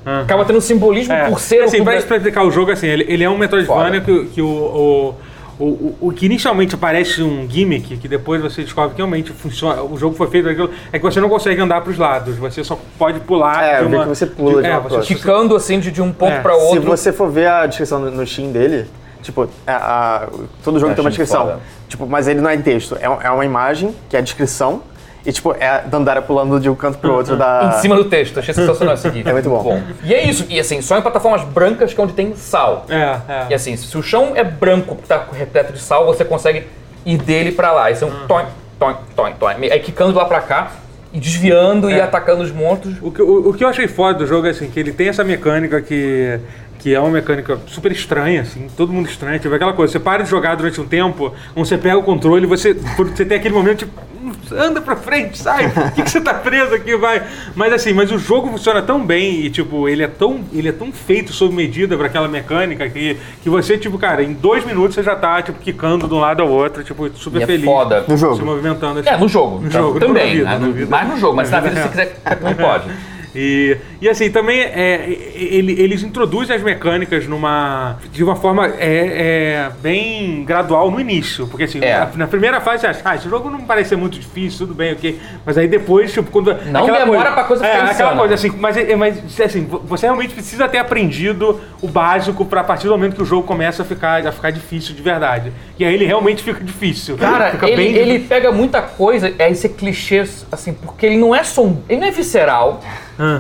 acaba tendo um simbolismo
É.
por ser
assim,
o
pra
clube da...
explicar o jogo, assim, ele, ele é um Metroidvania que, que o, o, o, o- o que inicialmente parece um gimmick, que depois você descobre que realmente funciona, o jogo foi feito daquilo, é que você não consegue andar pros lados, você só pode pular
É,
de
eu vi
uma...
que você pula de
é,
uma
você-
coisa.
Esticando assim de, de um ponto
É.
pra
Se
outro.
você for ver a descrição no, no Steam dele, tipo, a- a- todo jogo tem uma
achando É, foda.
descrição. Tipo, mas ele não é em texto, é, um- é uma imagem, que é a descrição, e tipo, é a Dandara pulando de um canto pro outro da.
Uhum. Em cima do texto, achei sensacional esse aqui.
É muito bom.
E é isso, e assim, só em plataformas brancas que é onde tem sal.
É,
E
é.
assim, se o chão é branco, tá repleto de sal, você consegue ir dele pra lá. Isso é
Hum.
um toim, toim, toim, toim. É quicando de lá pra cá e desviando
É.
e atacando os monstros.
O que, o, o que eu achei foda do jogo é assim, que ele tem essa mecânica que, que é uma mecânica super estranha, assim, todo mundo estranha, tipo aquela coisa, você para de jogar durante um tempo, quando você pega o controle, você, você tem aquele momento tipo, "Hum, anda pra frente, sai, por que, que você tá preso aqui, vai? Mas assim, mas o jogo funciona tão bem e tipo, ele é tão, ele é tão feito sob medida pra aquela mecânica que, que você, tipo, cara, em dois minutos você já tá, tipo, quicando de um lado ao outro, tipo, super
E é
feliz.
foda.
No
Se
jogo.
movimentando. assim.
É, no jogo.
No jogo, não
também.
na vida,
né?
na vida.
Mais no jogo, mas
Na
tá na vida se
vida
quiser, não pode.
E, e assim, também é, ele- eles introduzem as mecânicas numa, de uma forma é, é, bem gradual no início. Porque assim,
É.
na, na primeira fase você acha, ah, esse jogo não parece ser muito difícil, tudo bem, ok. Mas aí depois, tipo, quando.
Não demora pra coisa
é,
ficar
aquela
insana.
coisa assim, mas, é- mas assim, vo- você realmente precisa ter aprendido o básico pra a partir do momento que o jogo começa a ficar, a ficar difícil de verdade. E aí ele realmente fica difícil.
Cara,
fica
ele, ele pega muita coisa, é esse clichê, assim, porque ele não é som. Ele não é visceral.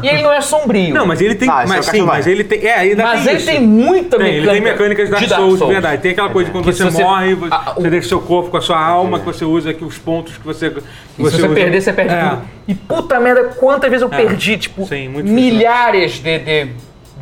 E ele não é sombrio.
Ah. Não, mas ele tem.
Ah, esse é
mas
o
sim,
Castlevania.
mas ele tem. É, ainda
Mas
tem
ele
isso.
tem muita
Tem, ele
mecânica.
tem mecânicas Dark,
de É
Souls, de verdade. Tem aquela coisa de quando
Que
você,
se você-
morre, você,
Ah, o-
você deixa seu corpo com a sua alma, que você usa aqui os pontos que você. que
E se você
usa.
perder, você perde
É.
tudo. E puta merda, quantas vezes eu perdi, tipo,
Sim, muito difícil, né?
milhares de, de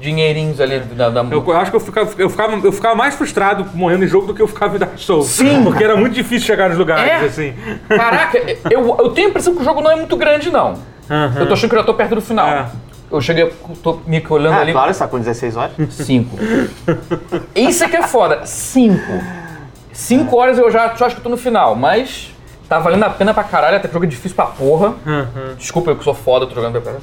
dinheirinhos ali da, da
Eu, eu acho que eu ficava, eu, ficava, eu ficava mais frustrado morrendo em jogo do que eu ficava em Dark Souls.
Sim.
Porque era muito difícil chegar nos lugares,
É?
assim.
<laughs> Caraca, eu, eu tenho a impressão que o jogo não é muito grande, não.
Aham.
Eu tô achando que eu já tô perto do final.
É.
Eu cheguei, tô me olhando
Ah,
ali.
claro, só com 16 horas.
Cinco. Isso é que é foda. Cinco. Cinco horas eu já, já acho que tô no final, mas tá valendo a pena pra caralho, até porque o jogo é difícil pra porra. Desculpa, eu que sou foda, eu tô jogando pra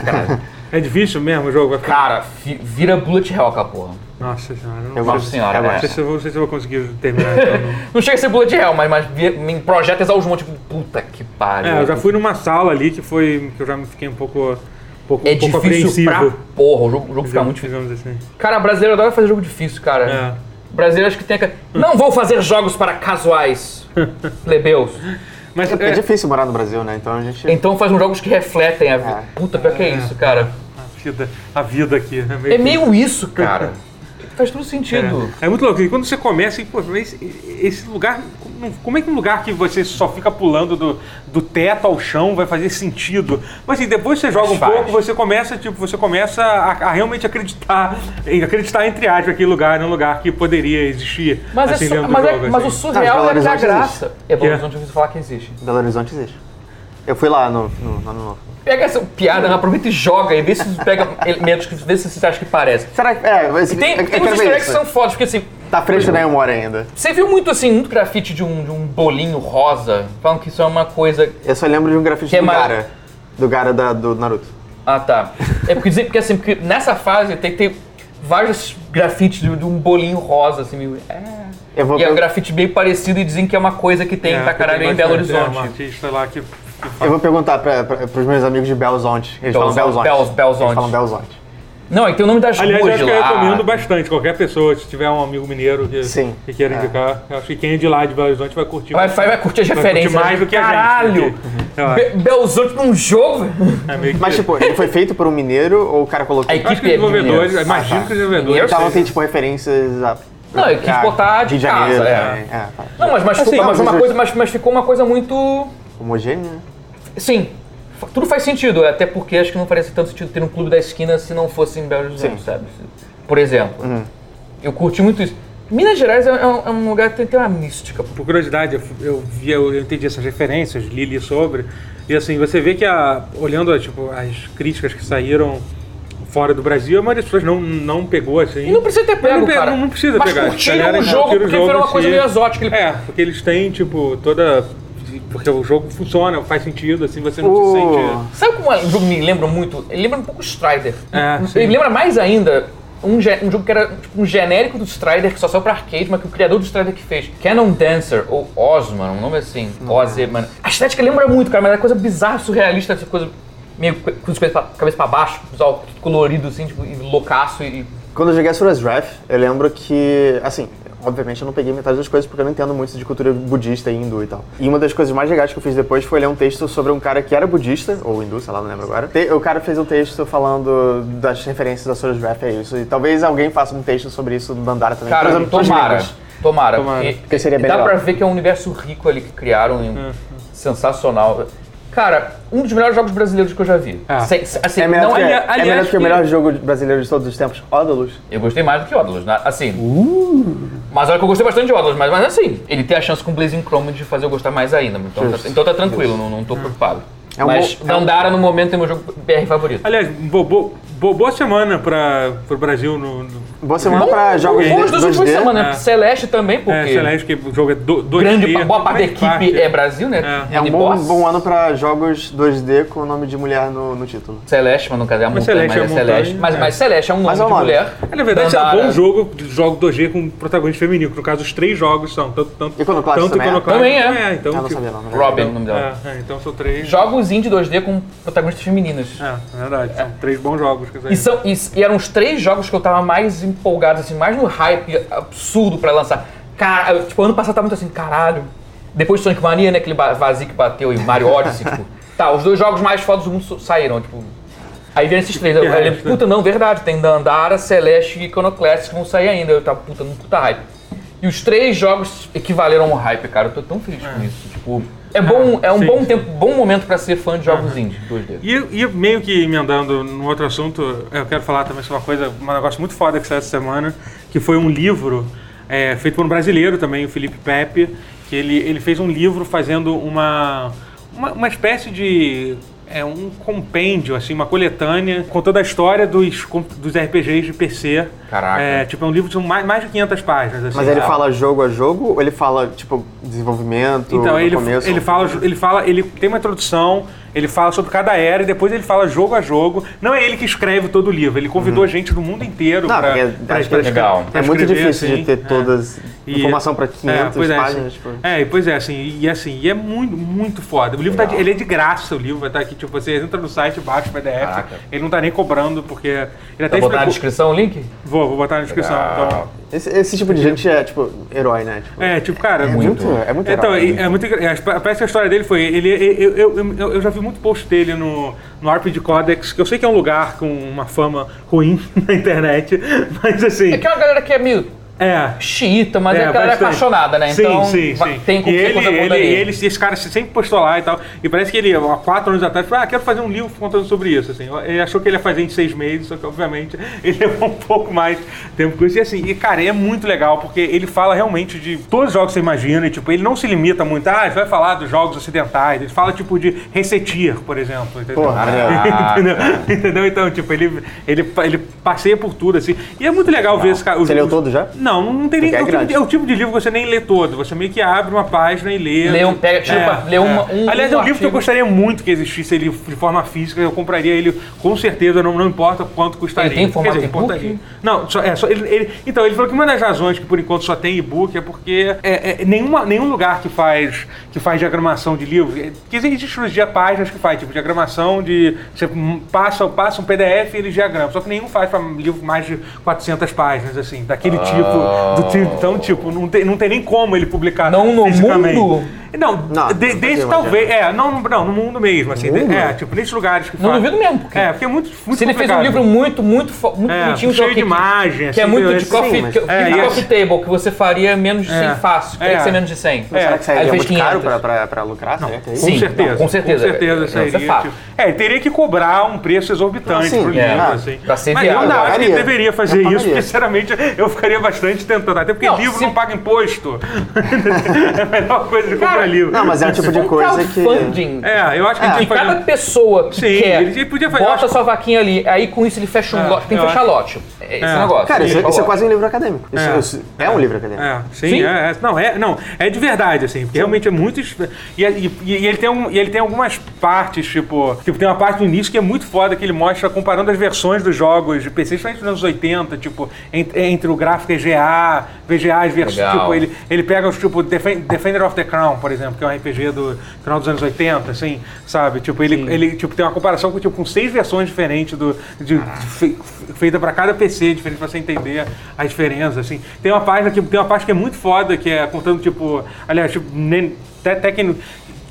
caralho.
É difícil mesmo o jogo? vai ficar-
Cara, fi- vira bullet hell aquela porra.
Nossa senhora, eu não,
Eu
sei,
Nossa senhora,
eu
é.
não sei se eu vou, não sei se eu vou conseguir terminar. então,
<laughs>
não.
Não chega a ser bullet hell, mas, mas vira- em projeta exausmo, tipo, puta que pariu.
É, eu já fui numa sala ali que foi. que eu já me fiquei um pouco. um pouco,
É
um pouco
difícil
apreensivo.
pra porra, o jogo, o jogo fica muito difícil.
digamos assim.
Cara, brasileiro adora fazer jogo difícil,
É.
cara. Brasileiro acho que tem. a- Não vou fazer jogos para
<laughs>
casuais, plebeus.
Mas
É,
é-
difícil morar no Brasil, né? Então a gente.
Então faz uns jogos que refletem a vida.
É.
Puta, pior que é isso, cara.
a vida, a vida aqui, né?
É
que-
meio
<laughs>
isso, cara. Faz todo sentido.
É, é muito louco. E quando você começa, e, pô, mas esse lugar. como- Como é que um lugar que você só fica pulando do, do teto ao chão vai fazer sentido? Mas assim, depois você joga
Mas
um
faz.
pouco, você começa, tipo, você começa a, a realmente acreditar, em acreditar entre aspas, aquele lugar, num lugar que poderia existir.
Mas,
assim,
é só,
dentro do
mas, é-
jogo,
mas o
assim.
surreal
Não,
é da
Belo Horizonte
graça. É Belo
Que é?
Horizonte eu ouvi falar que existe.
Belo Horizonte existe. Eu fui lá no, no, no ano novo.
Pega essa piada, aproveita e joga e vê se pega elementos que vê se você acha que parece.
Será que. É, mas-
Tem,
eu
tem uns
quero
easter
ver
eggs que
isso.
são fodas, porque assim,
Tá fresco na memória ainda.
você viu muito assim, muito grafite de um, de um bolinho rosa, falam que isso é uma coisa
Eu só lembro de um grafite
Que é
do
mais?
Gara. Do Gara da- do Naruto.
Ah, tá. É porque dizer, porque assim, porque nessa fase tem que ter vários grafites de, de um bolinho rosa, assim, meio. É.
Eu vou
E é
ver-
um grafite bem parecido e dizem que é uma coisa que tem
É,
pra caralho
tem
em Belo
bastante, É, um
Horizonte.
artista lá que.
Eu vou perguntar pra, pra, pros meus amigos de Belzonte. Eles falam
Belzonte.
Belzonte.
Belz- Belzonte.
Eles falam Belzonte.
Não, e tem o nome das
Aliás, eu
ruas
acho
de
que eu um
lá.
recomendo bastante. Qualquer pessoa, se tiver um amigo mineiro que,
Sim.
que queira
É.
indicar, eu acho que quem é de lá de Belo Horizonte vai curtir.
Vai, vai, vai curtir as
Vai curtir
referências. né?
mais do que a gente, né?
Caralho!
porque, sei lá.
Be- Belzonte num jogo?
É meio que-
Mas, tipo, ele foi feito por um mineiro ou o cara colocou.
Aí
Eu acho que
é
os desenvolvedores,
mineiro.
imagino
Ah, tá.
que os desenvolvedores.
Então tem, tipo, referências a.
Não, eu quis
a-
botar de
de janeiro.
casa, é.
também. é. tá.
Não, mas, mas, ficou,
não,
mas
mas
uma
eu-
coisa, mas, mas ficou uma coisa muito.
Homogêneo, né?
Sim. fa- Tudo faz sentido, até porque acho que não faria tanto sentido ter um clube da esquina se não fosse em Belo Horizonte,
Sim.
sabe? Por exemplo. Eu curti muito isso. Minas Gerais é, é um, é um lugar que tem, tem uma mística.
Por curiosidade, eu, eu vi, eu entendi essas referências, li, li sobre. E assim, você vê que a, olhando tipo, as críticas que saíram fora do Brasil, a maioria das pessoas não, não pegou assim.
E não precisa ter pego,
não, pe-
cara.
não precisa
Mas
pegar.
curtiram
Galera,
o
não,
jogo
curtiram
porque virou uma
em
coisa
si.
meio exótica. Ele-
É, porque eles têm, tipo, toda. Porque o jogo funciona, faz sentido, assim, você não
O-
se sente.
Sabe como o jogo me lembra muito? Ele lembra um pouco o Strider.
É,
Ele-
sim.
Ele lembra mais ainda um, ge- um jogo que era tipo, um genérico do Strider que só saiu pra arcade, mas que o criador do Strider que fez. Canon Dancer, ou Osman, um nome assim. Ozzy, mano. A estética lembra muito, cara, mas é coisa bizarra, surrealista, essa coisa meio com as coisas pra, cabeça pra baixo, visual colorido, assim, tipo, e loucaço e... e-
Quando eu joguei Asura's Wrath, eu lembro que, assim, obviamente eu não peguei metade das coisas porque eu não entendo muito de cultura budista e hindu e tal. E uma das coisas mais legais que eu fiz depois foi ler um texto sobre um cara que era budista, ou hindu, sei lá, não lembro agora. Te- O cara fez um texto falando das referências da Asura's Wrath a isso. E talvez alguém faça um texto sobre isso do Dandara também.
Cara,
Por exemplo, pros
tomara.
gringos.
Tomara.
Tomara.
Porque seria bem
dá
legal.
pra ver que é um universo rico ali que criaram. e-
Uhum.
Sensacional. Cara, um dos melhores jogos brasileiros que eu já vi.
Ah.
Se- se- assim,
É melhor,
não
que,
ali-
é
aliás
melhor que o melhor jogo brasileiro de todos os tempos, Odalus.
Eu gostei mais do que Odalus, né? assim.
Uh.
Mas olha que eu gostei bastante de Odalus, mas, mas assim, ele tem a chance com Blazing Chrome de fazer eu gostar mais ainda. Então, tá,
Justo.
então tá tranquilo, não, não
Hum.
tô preocupado.
É um
mas
bom- é um-
Dandara no momento é meu jogo BR favorito.
Aliás, bo- bo- bo- boa semana para o Brasil no, no-
Boa semana um pra jogos de
Bons das últimas
2D.
semanas, né?
é.
Celeste também, porque
é, Celeste, que o jogo é do, dois
grande,
dias,
boa parte da equipe
parte.
é Brasil, né?
É um bom,
Uniboss.
bom ano pra jogos 2D com o nome de mulher no, no título.
Celeste, mas no caso é a montanha,
Celeste
mas é
é montanha,
Celeste. Mas,
é.
mas Celeste é um nome
Mas é um
de
nome.
mulher.
Na verdade, isso é um
Dandara.
bom jogo, de jogo 2G com protagonista feminino, que no caso os três jogos são. Tanto, tanto,
Iconoclast
tanto
também é?
Iconoclast-
Também é.
então,
Eu não
tipo,
sabia não, na verdade.
Robin, é o nome dela.
é, é, então são três.
Jogos indie 2D com protagonistas femininas.
É, é verdade, são três bons jogos. Que saíram.
E, são, e, e eram os três jogos que eu tava mais empolgado, assim, mais no hype absurdo pra lançar. Cara, eu, tipo, ano passado tava muito assim, caralho. Depois de Sonic Mania, né, aquele ba- vazio que bateu e Mario Odyssey, tipo. Tá, os dois jogos mais fodas do mundo so- saíram, tipo. Aí vieram esses três. Eu
Que
falei,
resto.
puta, não, verdade, tem Dandara, Celeste e Iconoclast que vão sair ainda. Eu tava, puta, num puta hype. E os três jogos equivaleram ao hype, cara. Eu tô tão feliz com isso. Tipo, é, bom, é um
sim,
bom
sim.
tempo, bom momento pra ser fã de jogos indies, 2D.
E, e meio que emendando num outro assunto, eu quero falar também sobre uma coisa, um negócio muito foda que saiu essa semana, que foi um livro é, feito por um brasileiro também, o Felipe Pepe, que ele, ele fez um livro fazendo uma, uma, uma espécie de. É um compêndio, assim, uma coletânea, contando a história dos, comp- dos RPGs de PC.
Caraca.
É, tipo, é um livro de mais, mais de 500 páginas. Assim.
Mas ele
É.
fala jogo a jogo ou ele fala, tipo, desenvolvimento,
Então,
no
ele,
começo?
ele, fala, ele fala, ele tem uma introdução, ele fala sobre cada era e depois ele fala jogo a jogo. Não é ele que escreve todo o livro, ele convidou gente do mundo inteiro
Uhum. Não,
pra,
porque
pra-
acho
pra
que
escre-
legal.
pra
É muito
escrever,
difícil
assim,
de ter
é.
todas
E-
<laughs> informação pra 500
pois é,
páginas,
assim.
tipo...
É, e pois é, assim, e assim, e é muito, muito foda. O livro tá de- ele é de graça, o livro vai estar aqui, tipo, você entra no site, baixa o PDF,
Caraca.
ele não tá nem cobrando, porque ele até
Vai botar na
explicou-
descrição o link?
Vou, vou botar na descrição.
Legal.
então.
Esse, esse tipo de gente é, tipo, herói, né? Tipo,
É, tipo, cara,
é muito, é muito
Então,
herói.
e- é muito engra- é, pa- Parece que a história dele foi. Ele, eu, eu, eu- eu- eu já vi muito post dele no, no RPG Codex, que eu sei que é um lugar com uma fama ruim <laughs> na internet, mas assim.
É aquela galera que é meio
É.
xiita, mas é, aquela galera
bastante.
apaixonada, né?
Sim,
então
sim,
vai-
sim.
tem como
e
ser
ele,
coisa boa
ele,
dali.
ele, esse cara se- sempre postou lá e tal. E parece que ele, há quatro anos atrás, falou, ah, quero fazer um livro contando sobre isso. Assim, ele achou que ele ia fazer em seis meses, só que obviamente <laughs> ele levou um pouco mais tempo com isso. E assim, e cara, é muito legal, porque ele fala realmente de todos os jogos que você imagina, e tipo, ele não se limita muito, ah, ele vai falar dos jogos ocidentais, ele fala tipo de Resetir, por exemplo. entendeu? <laughs>
Porra,
Caraca.
entendeu? Entendeu? Então, tipo, ele, ele, ele passeia por tudo, assim. E é muito legal ver esse cara. os-
Você leu
os-
todo já?
Não, não tem nem.
Porque
é, o tipo de,
é grande.
é o tipo de livro que você nem lê todo. Você meio que abre uma página e lê.
Lê um- pega- tira uma- lê uma- um-
Aliás,
um
é um livro que eu
artigo.
gostaria muito que existisse ele de forma física. Eu compraria ele com certeza, não, não importa quanto custaria.
Ele tem formato
Quer dizer,
e-book?
importaria. Não, só, é, só ele, ele- Então, ele falou que uma das razões que por enquanto só tem e-book é porque é, é, nenhuma, nenhum lugar que faz, que faz diagramação de livro. é, Que existe hoje em dia páginas que faz, tipo, diagramação de. Você hum, passa, passa um PDF e eles diagramam. Só que nenhum faz para livro mais de 400 páginas, assim,
Ah.
daquele tipo. Do, tipo- então, tipo, não tem, não tem nem como ele publicar.
Não no
fisicamente.
mundo?
Não,
Não,
de-
não tem
desse
uma
talvez. É, não, não, no mundo mesmo, assim. de- é, tipo, nesses lugares que
Não
faz.
duvido mesmo, porque-
É, porque é muito, muito
Se ele fez um
complicado.
livro muito, muito, fo- muito
É,
bonitinho,
cheio
que-
de
que-
imagem,
um Que é
assim,
muito
eu-
de coffee,
sim, mas-
que- que
é,
de
e
coffee table, que você faria menos de 100
É.
fácil. Teria
É.
que ser menos de 100.
É.
Será que
Aí
sairia
fez
muito caro
500.
pra, pra, pra lucrar? Será que é isso?
Com
Sim,
certeza.
não, com certeza.
Com certeza
É, isso é
seria.
fato.
tipo- é, ele teria que cobrar um preço exorbitante
Ah, sim,
pro livro,
é.
assim.
Pra ser
Mas eu
viável.
ainda acho que ele
Pagaria.
deveria fazer
Eu
isso,
pagaria.
porque, sinceramente, eu ficaria bastante tentando. Até porque
Não,
livro
se-
não paga imposto. <laughs> é a melhor coisa de comprar livro.
Não, mas é o tipo de
Um
coisa que...
crowdfunding.
É, eu acho que a
É.
gente tem
E
que
cada
fazer...
pessoa que
Sim,
quer,
ele podia fazer- eu
bota
acho-
sua vaquinha ali, aí com isso ele fecha um
É,
lote. Tem que
eu
fechar
acho-
lote. É esse
É.
o negócio. tem
Cara,
que
isso,
fechar
isso é
lote.
quase um livro acadêmico. Isso-
É.
isso é um livro acadêmico.
É, sim,
Sim.
É, é- não, é, não, é de verdade, assim, porque realmente é muito. es- E, e- e ele tem um- e ele tem algumas partes, tipo, tipo, tem uma parte no início que é muito foda, que ele mostra comparando as versões dos jogos de PC, principalmente nos anos 80, tipo, ent- entre, o gráfico EGA, VGA, as versões.
Legal.
Tipo, ele, ele pega os, tipo, Defen- Defender of the Crown, por exemplo, que é um RPG do final dos anos 80, assim, sabe? Tipo, ele, ele tipo, tem uma comparação com, tipo, com seis versões diferentes do, de- fe- fe- feita pra cada PC, diferente pra você entender a diferença, assim. Tem uma página que tem uma parte que é muito foda, que é contando, tipo, aliás, tipo, nem, até, até quem não-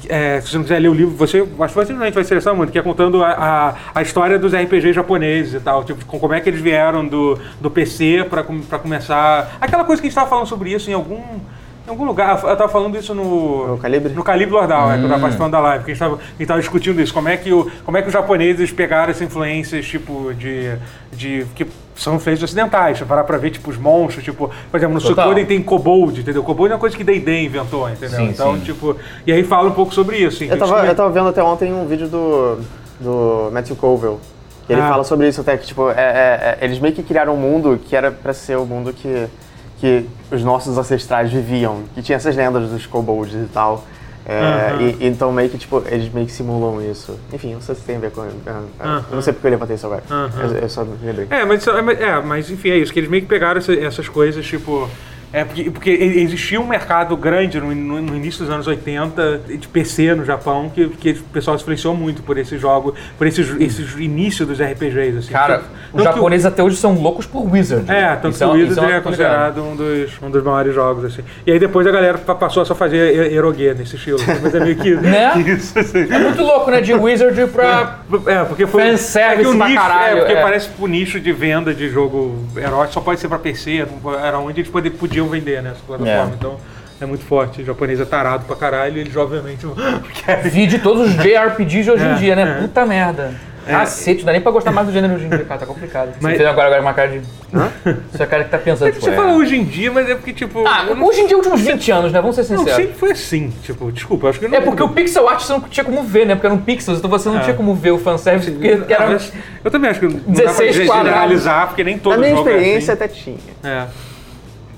é, se você não quiser ler o livro, você acho que você não vai interessar muito, que é contando a, a, a história dos RPGs japoneses e tal, tipo, com- como é que eles vieram do, do PC pra com- pra começar. Aquela coisa que a gente tava falando sobre isso em algum, em algum lugar, eu tava falando isso no.
No Calibre?
No Calibre Lordal, é, que eu tava participando da live, que a gente tava, a gente tava discutindo isso, como é, que o, como é que os japoneses pegaram essas influências, tipo, de. de que são influências ocidentais, se parar pra ver, tipo, os monstros, tipo, por exemplo, no
Total.
Sukoden tem Kobold, entendeu? Kobold é uma coisa que D&D inventou, entendeu?
Sim,
então,
sim.
tipo, e aí fala um pouco sobre isso.
Eu tava, eu tava vendo até ontem um vídeo do, do Matthew Colville. que Ele
Ah.
fala sobre isso até, que tipo, é- é- é- eles meio que criaram um mundo que era pra ser o mundo que, que os nossos ancestrais viviam. Que tinha essas lendas dos kobolds e tal. É,
Aham.
e, então meio que, tipo, eles meio que simulam isso. Enfim, não sei se tem a ver com... é, é,
Aham.
Eu não sei porque eu levantei isso agora.
Aham.
Eu, eu só me lembrei.
É mas, isso- é, mas- é, mas enfim, é isso, que eles meio que pegaram essa- essas coisas, tipo. É porque, porque e- existia um mercado grande no, no- no início dos anos 80 de PC no Japão, que, que o pessoal se influenciou muito por esse jogo, por esses esses início dos RPGs. Assim.
um
Cara,
Tanto-
os
tanto que o-
japoneses até hoje são loucos por Wizard.
É, tanto
Isso
que o
uma- isso
Wizard
uma
é
coisa legal.
considerado um dos, um dos maiores jogos, assim. E aí depois a galera pa- passou a só fazer e- erogue nesse estilo. Mas é meio que...
<laughs> Né?
que <laughs> isso, assim.
É muito louco, né? De Wizard pra.
É, porque foi.
Fanservice
é que o
pra
nicho,
caralho,
é, porque
é.
parece que o nicho de venda de jogo herói só pode ser pra PC, não po- era onde eles poder- podiam vender, né? Essa plataforma.
É.
Então é muito forte. O japonês é tarado pra caralho, eles obviamente <laughs> é- não querem.
Vi de todos os JRPGs de hoje em
É,
dia, né?
é.
Puta merda. Cacete, não dá nem pra gostar mais do gênero hoje em dia, cara. Tá complicado. Você
Mas-
fez agora, agora uma cara de. Isso é a cara que tá pensando. <laughs> tipo,
Você
é.
fala hoje em dia, mas é porque, tipo.
Ah,
eu não,
hoje em dia, últimos 20 anos, né? Vamos ser
não,
sinceros.
sempre foi assim. Tipo, desculpa, acho que não.
É porque o pixel art você não tinha como ver, né? Porque eram pixels, então você não
É.
tinha como ver o fanservice, porque
Ah,
era...
mas eu também acho que não dá pra
16 quadrados.
generalizar, porque nem todo
Na minha
jogo
experiência
é assim.
até tinha.
É.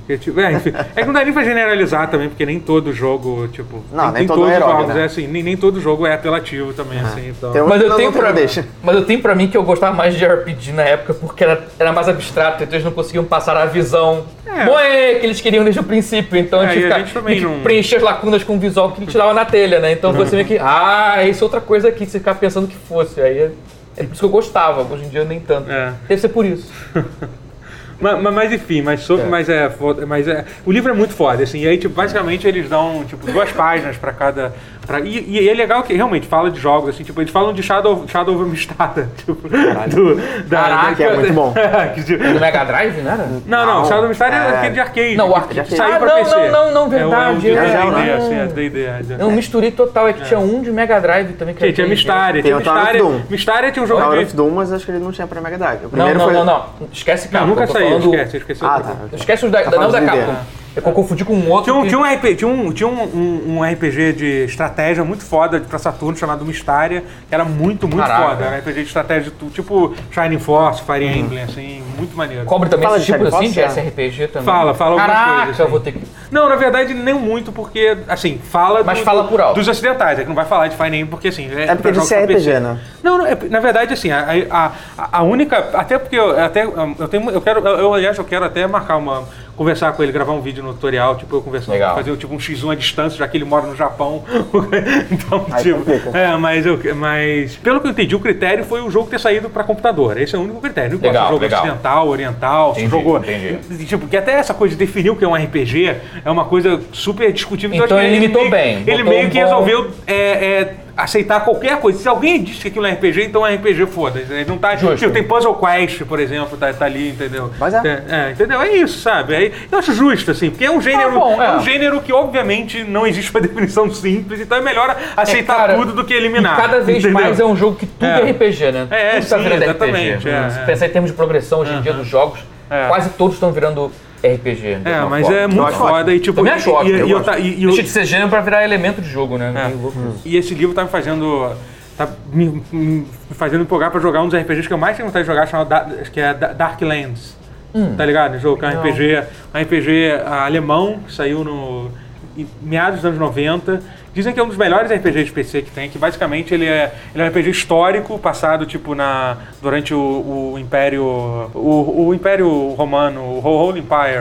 Porque, tipo, é, enfim. É que não dá nem pra generalizar também, porque nem todo jogo, tipo.
Não, nem todo
todos os
herói,
jogos
né?
é assim, nem, nem todo jogo é apelativo também, assim. Então.
Tem um-
Mas eu,
Não,
tenho
não tem
pra,
deixa.
mas eu tenho pra mim que eu gostava mais de RPG na época porque era, era mais abstrato, então eles não conseguiam passar a visão
É.
moe que eles queriam desde o princípio. Então
É,
a gente,
e a
fica,
gente também
meio que
não- Uhum.
preencher as lacunas com o visual que ele tirava na telha, né? Então você meio que, ah, isso é outra coisa aqui, você ficar pensando que fosse. Aí é, é por isso que eu gostava, hoje em dia nem tanto.
É.
Deve ser por isso.
Ma- ma- Mas, enfim, mas, sobre,
É.
mas, é, fo- mas é. O livro é muito foda, assim. E aí, tipo, basicamente eles dão, tipo, duas páginas pra cada. Pra, e, e- e é legal que realmente fala de jogos, assim, tipo, eles falam de Shadow, Shadow of Mistada. <laughs> Tipo, do, da,
Caraca,
que é
<laughs>
muito bom.
que, tipo,
Do Mega Drive, né? não era?
não, não,
Não,
Shadow of Mistada é
é.
aquele de arcade.
Não, o
que
arcade.
Saiu
Ah,
pra
não,
PC.
não, não, não, verdade,
É, o-
é.
é, o de- é, D&D,
Ah.
assim, é D&D, é, é.
Eu misturei total, é que tinha um de Mega Drive também. Que
Tinha,
era
tinha
aquele-
Mistária.
Tem
Tinha
o Tower of
Mistária.
Doom.
Mistária tinha um
Tower
jogo
of
de.
Doom, mas acho que ele não tinha pra Mega Drive. O
Não,
primeiro
não,
foi...
não, não. Esquece
Não,
Capcom.
nunca
eu tô
saiu,
falando-
esquece, esquece.
Ah,
outra
tá.
coisa.
Esquece os da,
Tá
não da
falando de
Capcom. Eu confundi com um outro.
Tinha, um,
que-
tinha, um, RP tinha, um, tinha um, um- um RPG de estratégia muito foda pra Saturno chamado Mistária, que era muito, muito
Caraca.
foda. Era um RPG de estratégia tu- tipo Shining Force, Fire
Uhum.
Emblem, assim, muito maneiro.
Cobre também
Fala
esses
de
tipos
Harry
assim de
Potter?
SRPG também.
Fala, fala algumas
Caraca,
coisas, assim.
eu vou ter que.
Não, na verdade, nem muito, porque, assim, fala,
Mas fala por alto.
dos acidentais. É que não vai falar de Fire Emblem, porque, assim...
É porque
pra jogos
disse
pra
RPG,
PC.
né?
Não, não, é- na verdade, assim, a, a, a- a única... Até porque eu, até, um, eu tenho... Eu quero... Eu, eu, aliás, eu quero até marcar uma... Conversar com ele, gravar um vídeo no tutorial, tipo, eu conversando,
Legal.
fazer tipo um X1 à distância, já que ele mora no Japão. <laughs> então,
Aí
tipo.
complica.
É, mas, eu, mas. Pelo que eu entendi, o critério foi o jogo ter saído pra computador. Esse é o único critério. Não importa
Legal,
se o jogo
legal.
ocidental, oriental, se
Entendi,
jogou.
entendi.
Tipo, que até essa coisa de definir o que é um RPG é uma coisa super discutível.
Então
acho que
ele limitou
meio-
bem,
Ele
botou
meio
um
que
bom-
resolveu é, é, aceitar qualquer coisa. Se alguém diz que aquilo é RPG, então é RPG, foda-se. Ele não tá.
Justo.
Tipo, tem Puzzle Quest, por exemplo, tá, tá ali, entendeu?
Mas é.
É, entendeu? É isso, sabe? É, eu acho justo, assim, porque é um gênero.
bom, é.
é um gênero que, obviamente, não existe uma <laughs> definição simples, então é melhor aceitar
É, cara,
tudo do que é
E
eliminar.
cada vez
entendeu?
mais é um jogo que tudo é,
É.
RPG, né?
É, é,
tudo tá
sim,
virando
exatamente,
RPG.
é,
Se
é.
pensar em termos de progressão hoje em dia dos jogos,
É.
quase todos estão virando RPG. né? de
É,
alguma
mas
forma.
é muito
acho
foda e tipo.
Também acho ótimo,
e-
eu
e eu
gosto.
tá- e- e eu- É.
Deixa de ser gênero pra virar elemento de jogo, né? Meio louco isso.
E esse livro tá me fazendo. Tá me, me fazendo empolgar pra jogar um dos RPGs que eu mais tenho vontade de jogar, chamado da, acho que é Da- Dark Lands. Tá ligado? O jogo que é um
Não.
RPG, um RPG alemão, que saiu no em meados dos anos 90. Dizem que é um dos melhores RPGs de PC que tem, que basicamente ele é, ele é um RPG histórico, passado tipo na durante o, o Império o, o Império Romano, o Holy Empire.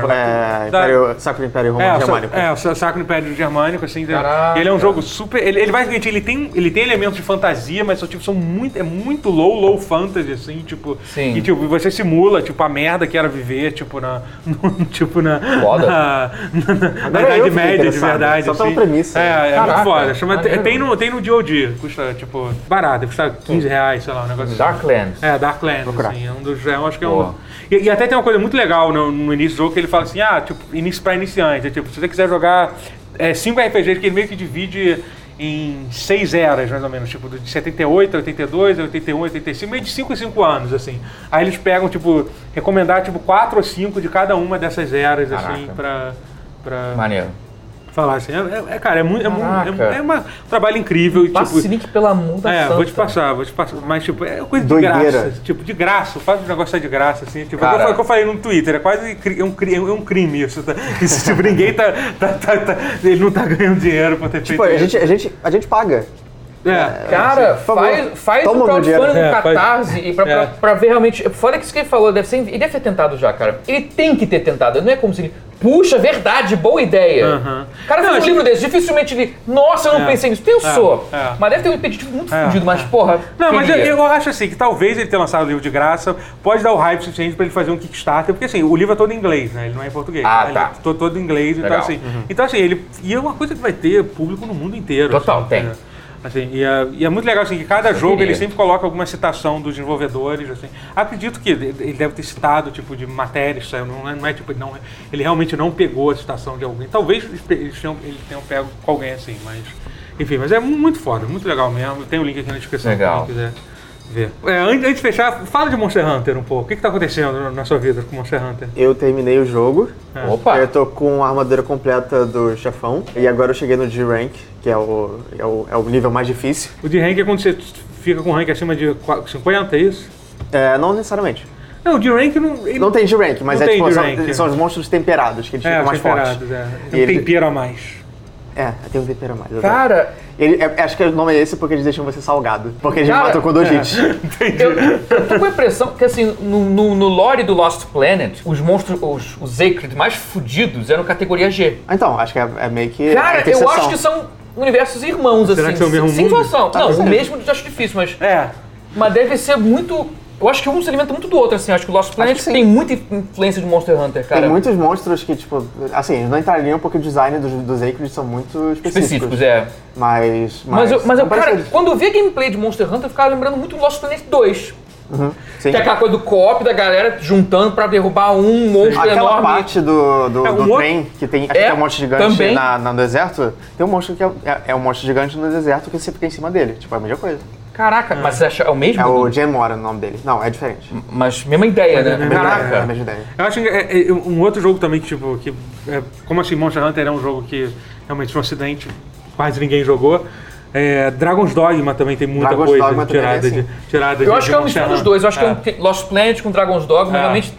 Da-
É, Império, Sacro Império Romano
é, o
Germânico.
Sa- é, o Sa- Sacro Império Germânico, assim. entendeu?
Caraca.
Ele é um jogo super. Ele, ele basicamente ele tem, ele tem elementos de fantasia, mas são, tipo, são muito, é muito low, low fantasy, assim, tipo.
Sim.
E tipo, você simula, tipo, a merda que era viver, tipo, na. <laughs> no- tipo, na.
Foda.
Na, na- na,
Agora eu
Idade
fiquei
Média, de
interessado,
verdade.
só pela
assim.
premissa.
É, é
Caraca,
muito foda. Chama,
maneiro.
tem, no, tem no DOD, custa, tipo, barato, custa 15 reais, sei lá, um negócio assim.
Darklands.
É, Darklands,
Procurar.
assim, é um dos, eu acho que é um...
Boa.
E, e até tem uma coisa muito legal no, no início do jogo, que ele fala assim, ah, tipo, início pra iniciantes, é tipo, se você quiser jogar é, cinco RPGs, que ele meio que divide em seis eras, mais ou menos, tipo, do- de 78 a 82, a 81, 85, meio de 5 em 5 anos, assim. Aí eles pegam, tipo, recomendar, tipo, quatro ou cinco de cada uma dessas eras, assim,
Caraca.
pra... pra-
Maneiro.
falar assim, é, é- cara, é muito, é, mu- é, mu-
Caraca.
é uma- um trabalho incrível e,
Passa
tipo,
esse link, pelo amor da
é,
santa.
vou te passar, vou te passar. Mas, tipo, é coisa de
Doideira.
graça. Tipo, de graça. Faz um negócio de graça, assim. Tipo,
Cara.
é o que eu falei no Twitter, é quase cri- é um, cri- é um crime isso. tá? Isso, tipo, ninguém tá, tá- tá- tá- Ele não tá ganhando dinheiro pra ter
Tipo,
feito
a gente, a, gente, a gente paga.
isso. É.
Cara,
Por favor,
faz, faz
toma
o
meu
crowdfunding no
dinheiro. É, faz-
Catarse e pra, pra,
É.
pra ver realmente. Fora que isso que ele falou, deve ser, ele deve ter tentado já, cara. Ele tem que ter tentado, não é como se ele. Puxa, verdade, boa ideia.
Aham.
O cara
Não,
fez um
acho
livro desse, dificilmente li. Nossa, eu não
É.
pensei nisso. Pensou.
É, é.
Mas deve ter um impeditivo muito
É,
fudido, mas
é.
porra.
Não, mas eu,
queria.
eu acho assim, que talvez ele ter lançado o livro de graça pode dar o hype suficiente pra ele fazer um Kickstarter, porque assim, o livro é todo em inglês, né? Ele não é em português.
Ah,
Ele
tá.
é to- todo em inglês e
Legal. Uhum.
tal, assim. Então, assim, ele. E é uma coisa que vai ter público no mundo inteiro.
Total,
assim,
tem.
né? Assim, e, é, e é muito legal assim, que cada jogo
queria.
ele sempre coloca alguma citação dos desenvolvedores. Assim. Acredito que ele ele deve ter citado tipo de matérias, sabe? não é, não é tipo ele não, ele realmente não pegou a citação de alguém. Talvez eles pe- eles tenham, eles tenham pego com alguém assim, mas enfim, mas é mu- muito foda, muito legal mesmo. Tem o link aqui na descrição
Legal.
quem quiser ver. É, an- antes de fechar, fala de Monster Hunter um pouco. O que está acontecendo na- na sua vida com Monster Hunter?
Eu terminei o jogo.
Opa!
Eu tô com a armadura completa do chefão. E agora eu cheguei no G-Rank, que é o, é, o, é o nível mais difícil.
O de rank é quando você fica com rank acima de qua- 50, é isso?
É, não necessariamente.
Não, o de rank não. ele-
Não tem G-Rank, mas
Não
é
tem
tipo,
G-rank,
são,
é.
são os monstros temperados, que eles
É,
ficam mais
temperados,
fortes.
é.
E
Tem um
ele-
tempero a mais.
É, tem um tempero a mais. exato.
Cara,
Ele- é- acho que o nome é esse porque eles deixam você salgado. Porque eles
Cara,
matam com dojite.
eu, eu tô com a impressão que, assim, no, no, no lore do Lost Planet, os monstros, os, os Acred mais fudidos eram categoria G.
Ah, Então, acho que é, é meio que. a
Cara, eu
interseção.
acho que são universos irmãos,
Será
assim.
que são o mesmo
sem
mundo?
noção.
Tá,
Não,
mas
o
é.
mesmo eu acho difícil, mas.
É.
Mas deve ser muito. Eu acho que um se alimenta muito do outro, assim. Eu acho que o Lost Planet
que sim.
tem muita influência de Monster Hunter, cara.
Tem muitos monstros que, tipo, assim, eles não entrariam porque o design dos, dos Acres são muito específicos.
específicos, é.
Mas.
Mas, eu, mas eu,
parece
cara,
que-
quando eu via gameplay de Monster Hunter, eu ficava lembrando muito do Lost Planet 2.
sim.
Que é aquela coisa do co-op da galera juntando pra derrubar um monstro
Aquela
enorme.
parte do, do,
É, um
do
outro-
trem, que tem, aqui
É,
tem um monstro gigante
também.
na, na- no deserto, tem um monstro que é, é- é um monstro gigante no deserto que você fica em cima dele. Tipo, é a mesma coisa.
Caraca, mas você acha é o mesmo?
É o
Dudu?
Jen Mora o nome dele. Não, é diferente.
Mas mesma ideia, né?
mesma
Hum. Caraca.
É a mesma ideia.
Eu acho que é, é um outro jogo também que, tipo, que é, como assim, Monster Hunter é um jogo que realmente no ocidente quase ninguém jogou. É, Dragon's Dogma também tem muita
Dragon's
coisa
Dogma também é
tirada,
assim.
de, tirada de
Eu acho que é um
Monster
mistura dos
Hunter.
dois. Eu acho
É.
que é um Lost Planet com Dragon's Dogma,
É.
realmente.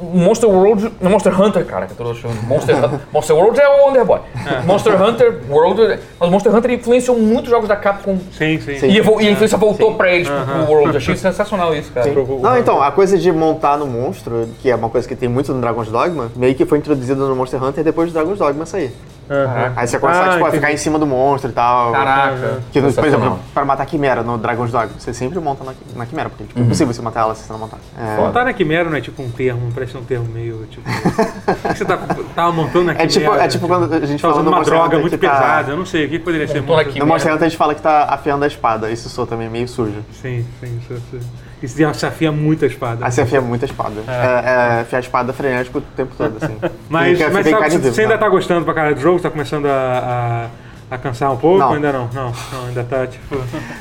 Monster World. não, Monster Hunter, cara, que eu tô chamando. Monster, Hunter- <laughs> Monster World é o Wonderboy. Monster Hunter World. é- Mas Monster Hunter influenciou muito os jogos da Capcom.
Sim, sim.
Sim.
E, evol- e a influência voltou pra eles, pro- pro World. Eu achei sensacional isso, cara.
Não, então, a coisa de montar no monstro, que é uma coisa que tem muito no Dragon's Dogma, meio que foi introduzida no Monster Hunter depois do Dragon's Dogma sair.
Aham.
Aí você começa
Ah,
tipo, a
entendi.
ficar em cima do monstro e tal.
Caraca.
Que, por exemplo,
sensacional.
pra matar a Quimera no Dragon's Dogma, você sempre monta na, na Quimera, porque
Uhum.
tipo, é impossível você matar ela se você não montar. É,
Montar na quimera não é tipo um termo, parece um termo meio, tipo... o que você tá, tava montando na quimera?
É tipo, é tipo quando a gente
Tá
fala
usando
no
uma
Monster
droga
Hunter
muito
que tá-
pesada, eu não sei, o que poderia ser
Montou na
muito...
quimera.
No Monster Hunter a gente fala que tá afiando a espada, isso sou também meio sujo.
Sim, sim, isso, isso. Isso desafia muito a espada.
Aí você Assim, afia muita espada. É, é, afiar a espada frenético o tempo todo,
<laughs>
assim.
Mas,
Fica-
mas
fica
sabe,
encarnizível,
você ainda
né?
tá gostando pra caralho do jogo? Você tá começando a, a, a cansar um pouco?
Não.
Ou Ainda não, não, não, ainda tá tipo.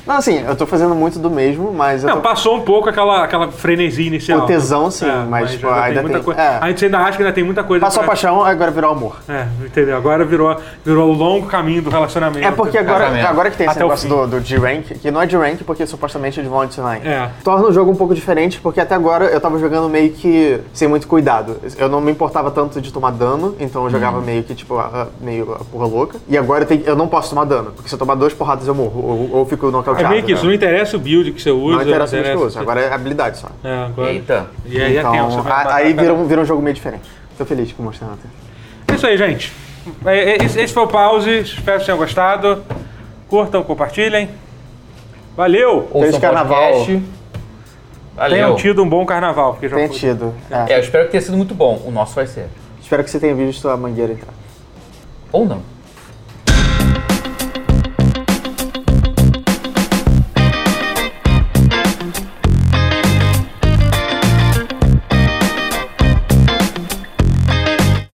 Não, assim, eu tô fazendo muito do mesmo, mas eu
Não,
tô-
passou um pouco aquela, aquela frenesia inicial. É,
O tesão, sim, mas, tipo,
ainda
ainda
muita
tem-
coisa.
é.
A gente ainda acha que ainda tem muita coisa.
Passou a
pra-
paixão, agora virou amor.
É, entendeu? Agora virou, virou o longo caminho do relacionamento.
É porque
Exatamente.
agora, agora que tem esse
Até o
negócio
fim.
do, do G-Rank, que não é G-Rank porque supostamente eles vão adicionar. ainda.
É.
Torna o jogo um pouco diferente, porque até agora eu tava jogando meio que sem muito cuidado. Eu não me importava tanto de tomar dano, então eu
Uhum.
jogava meio que, tipo, a- a- meio a porra louca. E agora eu, tenho- eu não posso tomar dano, porque se eu tomar duas porradas eu morro, ou, ou fico nocauteado.
É meio que isso, não
né?
interessa o build que você usa.
Não interessa muito que eu uso, agora é habilidade só.
É, agora.
Eita.
E aí é tenso.
então,
vai
a-
matar
aí
a cara.
vira um, vira um jogo meio diferente. Tô feliz com o Monster Hunter.
É isso aí, gente. É, é, Esse esse foi o pause. Espero que tenham gostado. Curtam, compartilhem. Valeu!
Ouçam um
Feliz carnaval.
podcast.
Tenham
Valeu.
tido um bom carnaval, porque já
Tenha
foi.
tido. é.
É, eu espero que tenha sido muito bom. O nosso vai ser.
então. Espero que você tenha visto a mangueira entrar.
Ou não.